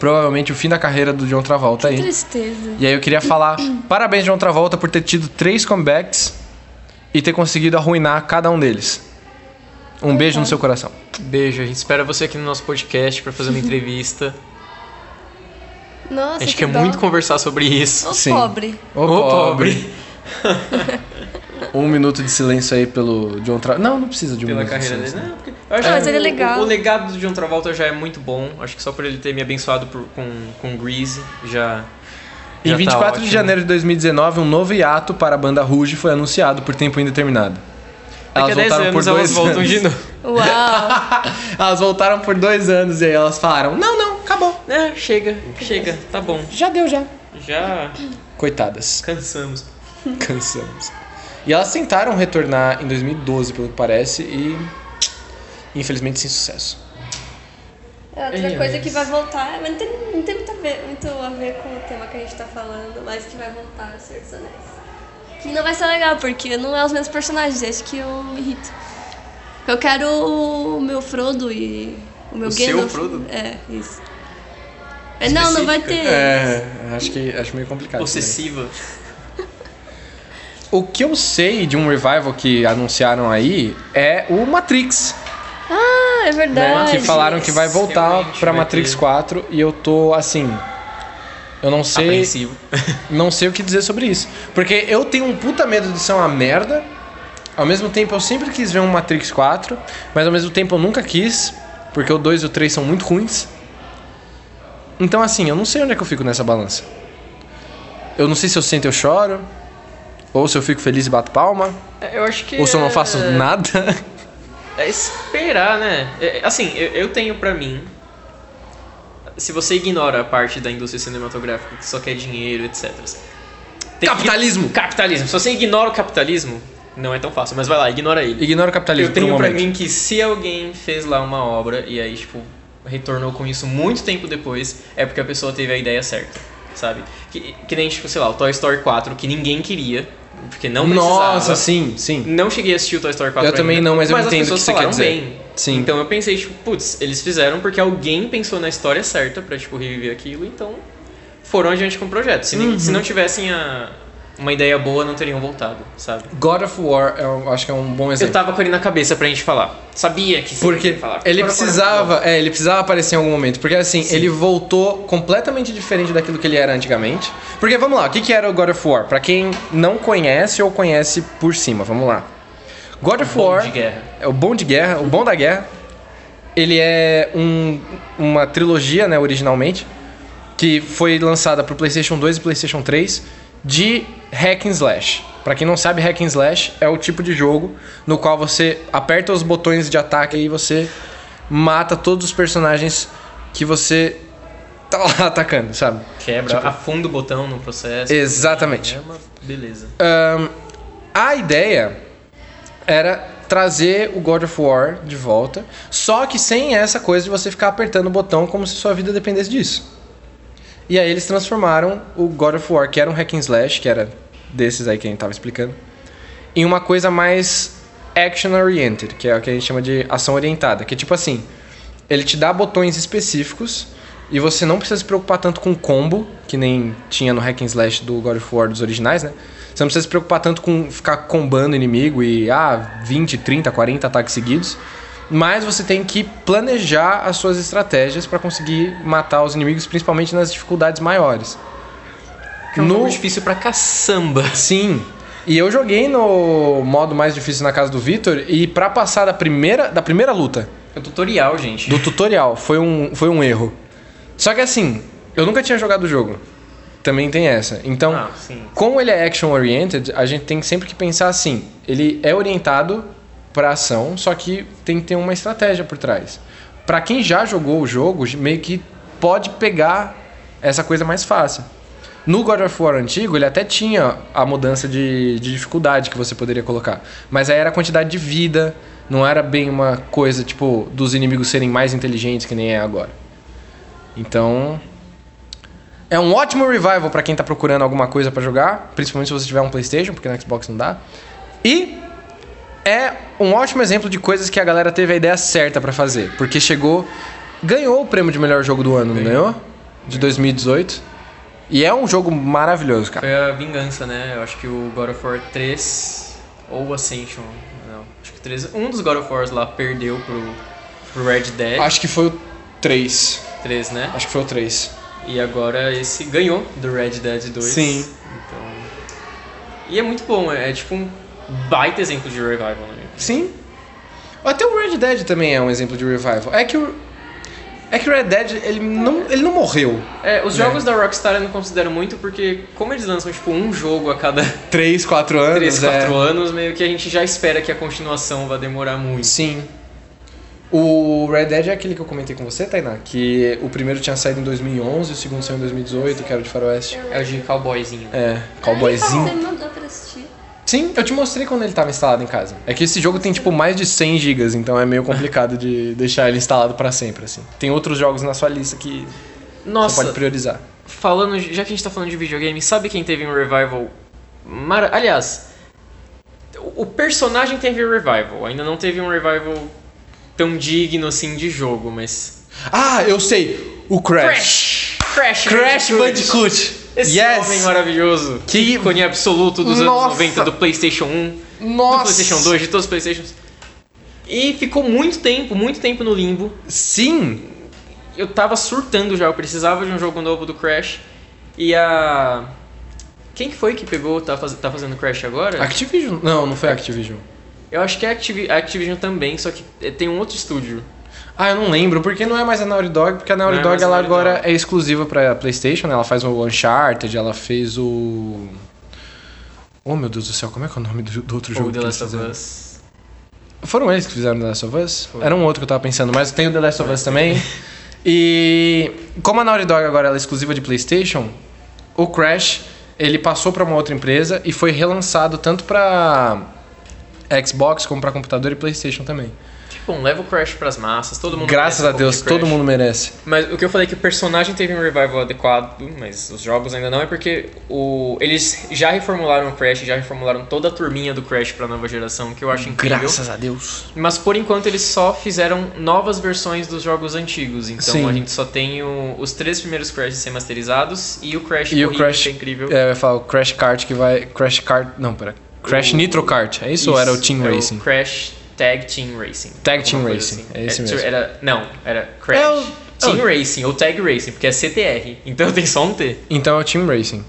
[SPEAKER 3] provavelmente o fim da carreira do John Travolta
[SPEAKER 2] Que
[SPEAKER 3] aí.
[SPEAKER 2] tristeza.
[SPEAKER 3] E aí eu queria falar parabéns John Travolta por ter tido três comebacks e ter conseguido arruinar cada um deles. Um beijo no seu coração.
[SPEAKER 1] Beijo, a gente espera você aqui no nosso podcast pra fazer uma entrevista.
[SPEAKER 2] Nossa,
[SPEAKER 1] a gente
[SPEAKER 2] que
[SPEAKER 1] quer
[SPEAKER 2] dó.
[SPEAKER 1] muito conversar sobre isso.
[SPEAKER 2] Ô,
[SPEAKER 3] é Sim.
[SPEAKER 2] pobre.
[SPEAKER 3] Ô, Um minuto de silêncio aí pelo John Travolta. Não, não precisa de um
[SPEAKER 1] Pela
[SPEAKER 3] minuto
[SPEAKER 1] carreira
[SPEAKER 3] de
[SPEAKER 1] dele.
[SPEAKER 3] silêncio.
[SPEAKER 1] Não, porque eu acho
[SPEAKER 2] Ah,
[SPEAKER 1] que
[SPEAKER 2] mas ele é
[SPEAKER 1] o-
[SPEAKER 2] legal.
[SPEAKER 1] O, o legado do John Travolta já é muito bom. Acho que só por ele ter me abençoado por- com, com Grease já. já
[SPEAKER 3] Em
[SPEAKER 1] tá
[SPEAKER 3] 24 de
[SPEAKER 1] ótimo.
[SPEAKER 3] janeiro de 2019, um novo hiato para a banda Rouge foi anunciado por tempo indeterminado.
[SPEAKER 1] Daqui a 10
[SPEAKER 3] voltaram
[SPEAKER 1] anos elas voltam de novo.
[SPEAKER 2] Uau.
[SPEAKER 3] elas voltaram por dois anos e aí elas falaram: Não, não, acabou.
[SPEAKER 1] É, chega, chega, tá bom.
[SPEAKER 3] Já deu, já.
[SPEAKER 1] Já
[SPEAKER 3] Coitadas.
[SPEAKER 1] cansamos.
[SPEAKER 3] Cansamos. E elas tentaram retornar em 2012, pelo que parece, e infelizmente sem sucesso.
[SPEAKER 2] É outra
[SPEAKER 1] É,
[SPEAKER 2] coisa
[SPEAKER 1] mas-
[SPEAKER 2] que vai voltar, mas não tem, não tem muito, a ver, muito a ver com o tema que a gente tá falando, mas que vai voltar, Senhor dos Anéis. Que não vai ser legal, porque não é os mesmos personagens, é isso que eu me irrito. Eu quero o meu Frodo e o meu
[SPEAKER 1] O seu
[SPEAKER 2] Gandalf.
[SPEAKER 1] Frodo?
[SPEAKER 2] É, isso. É, não, não vai ter.
[SPEAKER 1] Específica?
[SPEAKER 3] É, acho que acho meio complicado. também.
[SPEAKER 1] Possessiva.
[SPEAKER 3] O que eu sei de um revival que anunciaram aí é o Matrix,
[SPEAKER 2] Ah, é
[SPEAKER 3] né?
[SPEAKER 2] verdade.
[SPEAKER 3] Que falaram que vai voltar
[SPEAKER 1] realmente
[SPEAKER 3] pra
[SPEAKER 1] vai
[SPEAKER 3] Matrix
[SPEAKER 1] ter.
[SPEAKER 3] 4 e eu tô assim, eu não sei,
[SPEAKER 1] Apreensivo.
[SPEAKER 3] não sei o que dizer sobre isso, porque eu tenho um puta medo de ser uma merda. Ao mesmo tempo eu sempre quis ver um Matrix 4, mas ao mesmo tempo eu nunca quis, porque o 2 e o 3 são muito ruins. Então assim, eu não sei onde é que eu fico nessa balança. Eu não sei se eu sinto e eu choro, ou se eu fico feliz e bato palma.
[SPEAKER 1] Eu acho que.
[SPEAKER 3] Ou se eu não
[SPEAKER 1] é-
[SPEAKER 3] faço nada.
[SPEAKER 1] É esperar, né? É, assim, eu, eu tenho pra mim. Se você ignora a parte da indústria cinematográfica que só quer dinheiro, etc. Tem
[SPEAKER 3] Capitalismo!
[SPEAKER 1] Que, capitalismo. Se você ignora o capitalismo, não é tão fácil, mas vai lá, ignora ele.
[SPEAKER 3] Ignora o capitalismo
[SPEAKER 1] Eu tenho
[SPEAKER 3] por um
[SPEAKER 1] pra
[SPEAKER 3] momento.
[SPEAKER 1] mim que se alguém fez lá uma obra e aí, tipo, retornou com isso muito tempo depois, é porque a pessoa teve a ideia certa, sabe? Que, que nem, tipo, sei lá, o Toy Story 4, que ninguém queria, porque não precisava.
[SPEAKER 3] Nossa, sim, sim.
[SPEAKER 1] Não cheguei a assistir o Toy Story 4
[SPEAKER 3] Eu também
[SPEAKER 1] ainda,
[SPEAKER 3] não, mas eu
[SPEAKER 1] mas
[SPEAKER 3] entendo o
[SPEAKER 1] as pessoas
[SPEAKER 3] que você quer
[SPEAKER 1] falaram
[SPEAKER 3] dizer.
[SPEAKER 1] bem.
[SPEAKER 3] Sim.
[SPEAKER 1] Então eu pensei, tipo, putz, eles fizeram porque alguém pensou na história certa pra, tipo, reviver aquilo, então foram adiante com o projeto. Se, nem-
[SPEAKER 3] Uhum.
[SPEAKER 1] se não tivessem a- uma ideia boa, não teriam voltado, sabe?
[SPEAKER 3] God of War, eu acho que é um bom
[SPEAKER 1] Eu
[SPEAKER 3] exemplo.
[SPEAKER 1] tava com ele na cabeça pra gente falar. Sabia que sim,
[SPEAKER 3] Porque
[SPEAKER 1] falar.
[SPEAKER 3] ele
[SPEAKER 1] Agora,
[SPEAKER 3] precisava, é, ele precisava aparecer em algum momento. Porque assim,
[SPEAKER 1] Sim.
[SPEAKER 3] ele voltou completamente diferente daquilo que ele era antigamente. Porque vamos lá, o que, que era o God of War? Pra quem não conhece ou conhece por cima, vamos lá. God of
[SPEAKER 1] bom
[SPEAKER 3] War
[SPEAKER 1] de guerra.
[SPEAKER 3] é o bom de guerra, o bom da guerra. Ele é um- uma trilogia, né, originalmente, que foi lançada pro PlayStation 2 e PlayStation 3 de hack and slash. Pra quem não sabe, hack and slash é o tipo de jogo no qual você aperta os botões de ataque e você mata todos os personagens que você tá lá atacando, sabe?
[SPEAKER 1] Quebra, afunda o botão no processo.
[SPEAKER 3] Tipo, Exatamente. É,
[SPEAKER 1] É uma beleza.
[SPEAKER 3] Ahn, a ideia era trazer o God of War de volta, só que sem essa coisa de você ficar apertando o botão como se sua vida dependesse disso. E aí eles transformaram o God of War, que era um hack and slash, que era desses aí que a gente tava explicando, em uma coisa mais action-oriented, que é o que a gente chama de ação orientada, que é tipo assim, ele te dá botões específicos e você não precisa se preocupar tanto com combo, que nem tinha no hack and slash do God of War dos originais, né? Você não precisa se preocupar tanto com ficar combando inimigo e, ah, 20, 30, 40 ataques seguidos. Mas você tem que planejar as suas estratégias para conseguir matar os inimigos, principalmente nas dificuldades maiores.
[SPEAKER 1] Que é um jogo difícil pra caçamba.
[SPEAKER 3] Sim. E eu joguei no modo mais difícil na casa do Victor e pra passar da primeira, da primeira luta
[SPEAKER 1] É um tutorial, gente.
[SPEAKER 3] do tutorial foi um, foi um erro. Só que assim, eu nunca tinha jogado o jogo. Também tem essa. Então,
[SPEAKER 1] Ah, sim.
[SPEAKER 3] como ele é action oriented, a gente tem sempre que pensar assim, ele é orientado pra ação, só que tem que ter uma estratégia por trás. Pra quem já jogou o jogo, meio que pode pegar essa coisa mais fácil. No God of War antigo, ele até tinha a mudança de, de dificuldade que você poderia colocar. Mas aí era a quantidade de vida, não era bem uma coisa, tipo, dos inimigos serem mais inteligentes que nem é agora. Então, é um ótimo revival pra quem tá procurando alguma coisa pra jogar, principalmente se você tiver um PlayStation, porque no Xbox não dá. E é um ótimo exemplo de coisas que a galera teve a ideia certa pra fazer, porque chegou, ganhou o prêmio de melhor jogo do ano, não ganhou? De 2018. E é um jogo maravilhoso, cara.
[SPEAKER 1] Foi a vingança, né? Eu acho que o God of War 3 ou Ascension, não, acho que 3, um dos God of Wars lá perdeu pro, pro Red Dead
[SPEAKER 3] É. Acho que foi o 3.
[SPEAKER 1] 3, né?
[SPEAKER 3] Acho que foi o 3.
[SPEAKER 1] E agora esse ganhou do Red Dead 2.
[SPEAKER 3] Sim.
[SPEAKER 1] Então, e é muito bom, é, é tipo um baita exemplo de revival, né?
[SPEAKER 3] Sim. Até o Red Dead também é um exemplo de revival. É que o é que o Red Dead, ele não, ele não morreu.
[SPEAKER 1] É, os jogos da Rockstar eu não considero muito porque como eles lançam tipo um jogo a cada
[SPEAKER 3] 3, 4 anos,
[SPEAKER 1] 3, 4
[SPEAKER 3] é.
[SPEAKER 1] anos, meio que a gente já espera que a continuação vá demorar muito.
[SPEAKER 3] Sim. O Red Dead é aquele que eu comentei com você, Tainá, que o primeiro tinha saído em 2011, o segundo saiu em 2018, que era o de faroeste.
[SPEAKER 1] É o de cowboyzinho.
[SPEAKER 3] É,
[SPEAKER 2] Ai, fala, Você
[SPEAKER 3] cowboyzinho.
[SPEAKER 2] me mandou pra assistir.
[SPEAKER 3] Sim, eu te mostrei quando ele tava instalado em casa. É que esse jogo tem, tipo, mais de 100 gigas, então é meio complicado de deixar ele instalado pra sempre, assim. Tem outros jogos na sua lista que você
[SPEAKER 1] Nossa,
[SPEAKER 3] pode priorizar.
[SPEAKER 1] falando, já que a gente tá falando de videogame, sabe quem teve um revival? Mara... Aliás, o- o personagem teve um revival. Ainda não teve um revival tão digno assim de jogo, mas.
[SPEAKER 3] Ah, eu sei! O Crash.
[SPEAKER 1] Crash! Crash,
[SPEAKER 3] Crash Bandicoot!
[SPEAKER 1] Esse homem maravilhoso.
[SPEAKER 3] Que-
[SPEAKER 1] ícone absoluto dos
[SPEAKER 3] Nossa.
[SPEAKER 1] anos 90 do PlayStation 1.
[SPEAKER 3] Nossa!
[SPEAKER 1] do PlayStation 2, de todos os PlayStations. E ficou muito tempo, muito tempo no limbo.
[SPEAKER 3] Sim!
[SPEAKER 1] Eu tava surtando já, eu precisava de um jogo novo do Crash. E a. Quem que foi que pegou, tá, faz... tá fazendo Crash agora?
[SPEAKER 3] Activision? Não, não foi Activision.
[SPEAKER 1] Eu acho que é Activi... a Activision também, só que eh, tem um outro estúdio.
[SPEAKER 3] Ah, eu não lembro, porque não é mais a Naughty Dog, porque a Naughty
[SPEAKER 1] Não é
[SPEAKER 3] Dog
[SPEAKER 1] mais a
[SPEAKER 3] ela
[SPEAKER 1] Naughty
[SPEAKER 3] agora
[SPEAKER 1] Dog.
[SPEAKER 3] é exclusiva pra PlayStation, né? ela faz o Uncharted, ela fez o. Oh meu Deus do céu, como é que é o nome do, do outro jogo?
[SPEAKER 1] Ou The
[SPEAKER 3] que
[SPEAKER 1] Last
[SPEAKER 3] eles
[SPEAKER 1] of
[SPEAKER 3] fizeram?
[SPEAKER 1] Us.
[SPEAKER 3] Foram eles que fizeram The Last of Us? Era um outro que eu tava pensando, mas tem o The Last of Us também. E como a Naughty Dog agora ela é exclusiva de PlayStation, o Crash ele passou pra uma outra empresa e foi relançado tanto pra Xbox como pra computador e PlayStation também.
[SPEAKER 1] Bom, Tipo, um leva o Crash pras massas, todo mundo
[SPEAKER 3] Graças
[SPEAKER 1] merece um
[SPEAKER 3] a
[SPEAKER 1] pouco
[SPEAKER 3] Deus,
[SPEAKER 1] de Crash.
[SPEAKER 3] todo mundo merece.
[SPEAKER 1] Mas o que eu falei é que o personagem teve um revival adequado, mas os jogos ainda não, é porque o, eles já reformularam o Crash, já reformularam toda a turminha do Crash pra nova geração, que eu acho incrível.
[SPEAKER 3] Graças a Deus.
[SPEAKER 1] Mas por enquanto eles só fizeram novas versões dos jogos antigos, então
[SPEAKER 3] Sim.
[SPEAKER 1] a gente só tem o- os três primeiros Crashes remasterizados e o Crash
[SPEAKER 3] E o
[SPEAKER 1] corrido,
[SPEAKER 3] Crash-
[SPEAKER 1] que é incrível.
[SPEAKER 3] É, eu ia falar o Crash Kart que vai. Crash Kart. Não, pera. Crash
[SPEAKER 1] O-
[SPEAKER 3] Nitro Kart. É isso, ou era o Team
[SPEAKER 1] é
[SPEAKER 3] Racing?
[SPEAKER 1] Crash Tag Team Racing.
[SPEAKER 3] Tag Team
[SPEAKER 1] alguma coisa
[SPEAKER 3] Racing, é esse
[SPEAKER 1] Era-
[SPEAKER 3] mesmo.
[SPEAKER 1] Era, não, era Crash
[SPEAKER 3] É o-
[SPEAKER 1] Team
[SPEAKER 3] é o-
[SPEAKER 1] Racing ou Tag Racing, porque é CTR, então tem só um T.
[SPEAKER 3] Então é o Team Racing.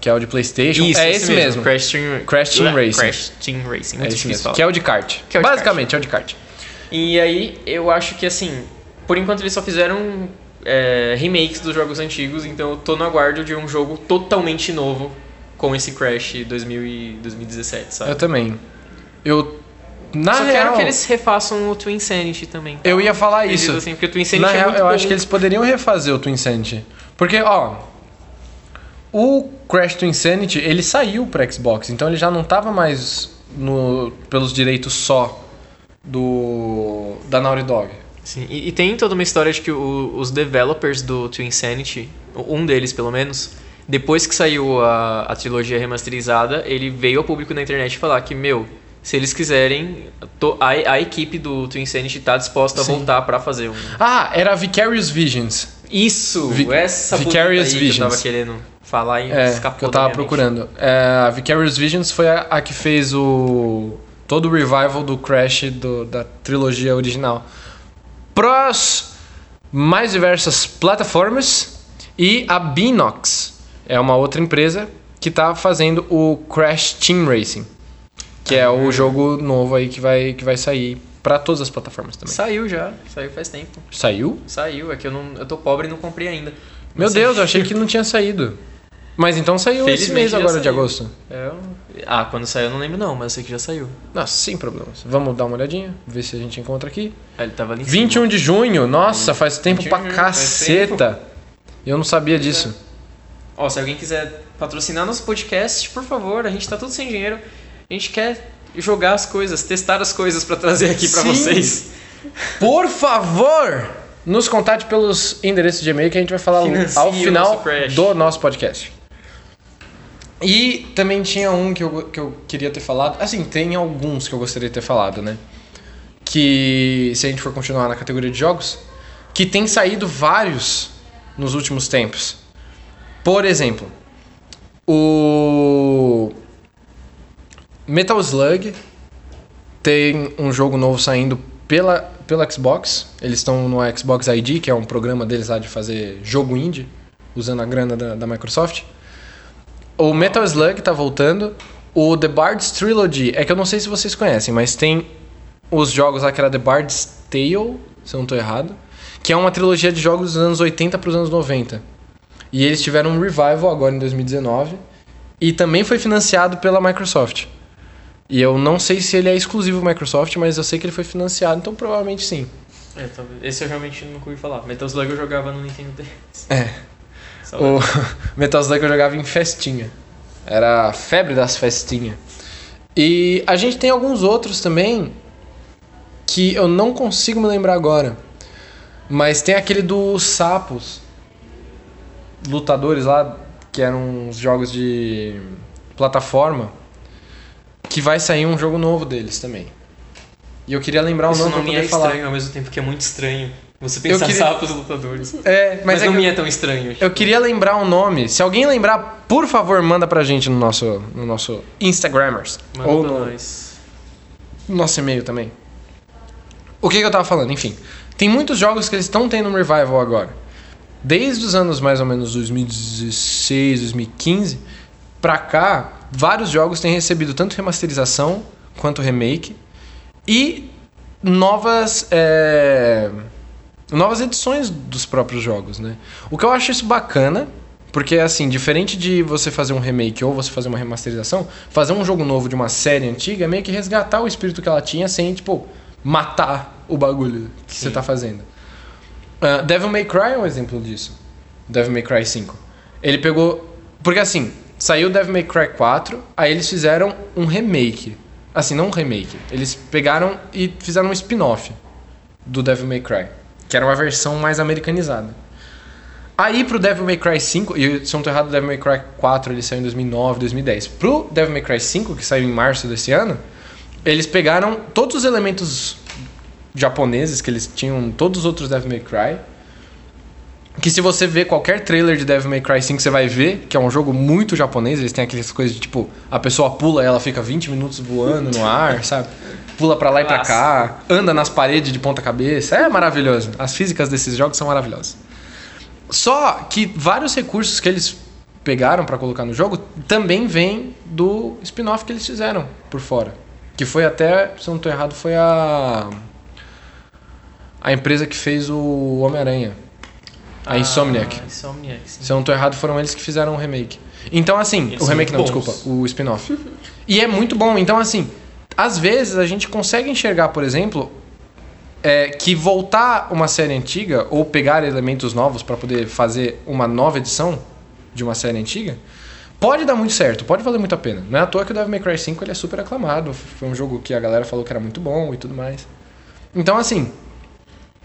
[SPEAKER 3] Que é o de PlayStation.
[SPEAKER 1] Isso,
[SPEAKER 3] é esse mesmo.
[SPEAKER 1] Crash Team,
[SPEAKER 3] Crash Team
[SPEAKER 1] Le-
[SPEAKER 3] Racing.
[SPEAKER 1] Crash Team Racing.
[SPEAKER 3] É
[SPEAKER 1] Muito
[SPEAKER 3] esse
[SPEAKER 1] difícil
[SPEAKER 3] mesmo.
[SPEAKER 1] falar.
[SPEAKER 3] Que é o de kart.
[SPEAKER 1] Que é o de
[SPEAKER 3] Basicamente, é o de kart.
[SPEAKER 1] E aí, eu acho que assim, por enquanto eles só fizeram é, remakes dos jogos antigos, então eu tô no aguardo de um jogo totalmente novo com esse Crash 2000 e 2017, sabe?
[SPEAKER 3] Eu também. Eu. Na
[SPEAKER 1] Tá. só
[SPEAKER 3] real,
[SPEAKER 1] quero que eles refaçam o Twin Sanity também.
[SPEAKER 3] eu ia falar
[SPEAKER 1] Eles
[SPEAKER 3] isso.
[SPEAKER 1] dizem Assim, porque o Twin Sanity
[SPEAKER 3] Na
[SPEAKER 1] é
[SPEAKER 3] real,
[SPEAKER 1] muito
[SPEAKER 3] eu
[SPEAKER 1] bom.
[SPEAKER 3] acho que eles poderiam refazer o Twin Sanity. Porque, ó. O Crash Twin Sanity, ele saiu pra Xbox, então ele já não tava mais no, pelos direitos só do da Naughty Dog.
[SPEAKER 1] Sim, e, e tem toda uma história de que o- os developers do Twin Sanity, um deles pelo menos, depois que saiu a, a trilogia remasterizada, ele veio ao público na internet falar que, meu, se eles quiserem, to- a, a equipe do Twin Sanity tá disposta
[SPEAKER 3] Sim.
[SPEAKER 1] a voltar pra fazer um.
[SPEAKER 3] Ah, era Vicarious Visions.
[SPEAKER 1] Isso!
[SPEAKER 3] Vi-
[SPEAKER 1] essa bonita
[SPEAKER 3] Vicarious
[SPEAKER 1] aí que eu
[SPEAKER 3] Visions.
[SPEAKER 1] tava querendo falar e
[SPEAKER 3] É,
[SPEAKER 1] escapou
[SPEAKER 3] que eu
[SPEAKER 1] da
[SPEAKER 3] tava
[SPEAKER 1] minha mente.
[SPEAKER 3] procurando. É, a Vicarious Visions foi a, a que fez o todo o revival do Crash do- da trilogia original. Pros mais diversas plataformas e a Binox é uma outra empresa que tá fazendo o Crash Team Racing, que é
[SPEAKER 1] Ah.
[SPEAKER 3] o jogo novo aí que vai que vai sair pra todas as plataformas também.
[SPEAKER 1] Saiu já, saiu faz tempo.
[SPEAKER 3] Saiu?
[SPEAKER 1] Saiu, é que eu, não, eu tô pobre e não comprei ainda.
[SPEAKER 3] Meu
[SPEAKER 1] Mas-
[SPEAKER 3] Deus, eu achei que não tinha saído. Mas então saiu esse
[SPEAKER 1] Felizmente
[SPEAKER 3] mês
[SPEAKER 1] já
[SPEAKER 3] agora de
[SPEAKER 1] saiu.
[SPEAKER 3] agosto.
[SPEAKER 1] É, eu- Ah, quando saiu eu não lembro não, mas eu sei que já saiu.
[SPEAKER 3] Nossa, sem problemas. Vamos dar uma olhadinha, ver se a gente encontra aqui.
[SPEAKER 1] Ah, Ele tava ali em cima.
[SPEAKER 3] 21 de junho, nossa, faz tempo
[SPEAKER 1] 21
[SPEAKER 3] pra
[SPEAKER 1] de junho, faz
[SPEAKER 3] caceta. Eu não sabia disso.
[SPEAKER 1] Ó, se alguém quiser patrocinar nosso podcast, por favor, a gente tá tudo sem dinheiro. A gente quer jogar as coisas, testar as coisas pra trazer aqui pra
[SPEAKER 3] Sim.
[SPEAKER 1] vocês.
[SPEAKER 3] Por favor, nos contate pelos endereços de e-mail que a gente vai falar
[SPEAKER 1] Financie
[SPEAKER 3] ao
[SPEAKER 1] o
[SPEAKER 3] final
[SPEAKER 1] nosso Crash.
[SPEAKER 3] do nosso podcast. E também tinha um que eu, que eu queria ter falado. Assim, tem alguns que eu gostaria de ter falado, né? Que se a gente for continuar na categoria de jogos, que tem saído vários nos últimos tempos. Por exemplo, o Metal Slug tem um jogo novo saindo pela, pela Xbox. Eles estão no Xbox ID, que é um programa deles lá de fazer jogo indie, usando a grana da, da Microsoft. O Metal Slug tá voltando. O The Bard's Trilogy, é que eu não sei se vocês conhecem, mas tem os jogos lá que era The Bard's Tale, se eu não tô errado, que é uma trilogia de jogos dos anos 80 pros anos 90. E eles tiveram um revival agora em 2019 e também foi financiado pela Microsoft. E eu não sei se ele é exclusivo Microsoft, mas eu sei que ele foi financiado, então provavelmente sim.
[SPEAKER 1] É, talvez- esse eu realmente nunca ouvi falar. Metal Slug eu jogava no Nintendo DS.
[SPEAKER 3] É. O Metal Slug eu jogava em festinha. Era a febre das festinhas. E a gente tem alguns outros também que eu não consigo me lembrar agora. Mas tem aquele dos sapos lutadores lá, que eram uns jogos de plataforma, que vai sair um jogo novo deles também. E eu queria lembrar o
[SPEAKER 1] Isso
[SPEAKER 3] nome pra
[SPEAKER 1] não me
[SPEAKER 3] poder
[SPEAKER 1] é
[SPEAKER 3] falar.
[SPEAKER 1] estranho ao mesmo tempo que é muito estranho. Você pensar
[SPEAKER 3] queria-
[SPEAKER 1] sapos lutadores.
[SPEAKER 3] É, mas,
[SPEAKER 1] Mas,
[SPEAKER 3] é
[SPEAKER 1] não
[SPEAKER 3] que
[SPEAKER 1] me é tão estranho.
[SPEAKER 3] eu queria lembrar o nome. Se alguém lembrar, por favor, manda pra gente no nosso, no nosso Instagrammers.
[SPEAKER 1] Manda
[SPEAKER 3] ou
[SPEAKER 1] pra
[SPEAKER 3] no
[SPEAKER 1] nós.
[SPEAKER 3] no nosso e-mail também. O que, que eu tava falando? Enfim, tem muitos jogos que eles estão tendo um revival agora. Desde os anos mais ou menos 2016, 2015 pra cá, vários jogos têm recebido tanto remasterização quanto remake e novas é, novas edições dos próprios jogos, né? O que eu acho isso bacana, porque assim, diferente de você fazer um remake ou você fazer uma remasterização, fazer um jogo novo de uma série antiga é meio que resgatar o espírito que ela tinha sem, tipo, matar o bagulho que você
[SPEAKER 1] Sim.
[SPEAKER 3] tá fazendo. Ah, Devil May Cry é um exemplo disso. Devil May Cry 5. Ele pegou. Porque assim, saiu Devil May Cry 4, aí eles fizeram um remake. Assim, não um remake. Eles pegaram e fizeram um spin-off do Devil May Cry, que era uma versão mais americanizada. Aí pro Devil May Cry 5, e se eu não tô errado, o Devil May Cry 4 ele saiu em 2009, 2010. Pro Devil May Cry 5, que saiu em março desse ano, eles pegaram todos os elementos japoneses que eles tinham, todos os outros Devil May Cry, que se você ver qualquer trailer de Devil May Cry 5, você vai ver que é um jogo muito japonês. Eles têm aquelas coisas de tipo, a pessoa pula e ela fica 20 minutos voando no ar, sabe? Pula pra lá e pra cá, anda nas paredes de ponta cabeça. É maravilhoso. As físicas desses jogos são maravilhosas. Só que vários recursos que eles pegaram pra colocar no jogo também vêm do spin-off que eles fizeram por fora. Que foi até, se eu não tô errado, foi a. A empresa que fez o Homem-Aranha. A Insomniac.
[SPEAKER 1] Ah, Insomniac, sim.
[SPEAKER 3] Se eu não tô errado, foram eles que fizeram o remake. Então, assim,
[SPEAKER 1] Eles
[SPEAKER 3] o
[SPEAKER 1] são
[SPEAKER 3] remake não,
[SPEAKER 1] muito bons.
[SPEAKER 3] desculpa, o spin-off. e é muito bom. Então, assim, às vezes a gente consegue enxergar, por exemplo, é, que voltar uma série antiga ou pegar elementos novos pra poder fazer uma nova edição de uma série antiga pode dar muito certo, pode valer muito a pena. Não é à toa que o Devil May Cry 5 ele é super aclamado. Foi um jogo que a galera falou que era muito bom e tudo mais. Então, assim,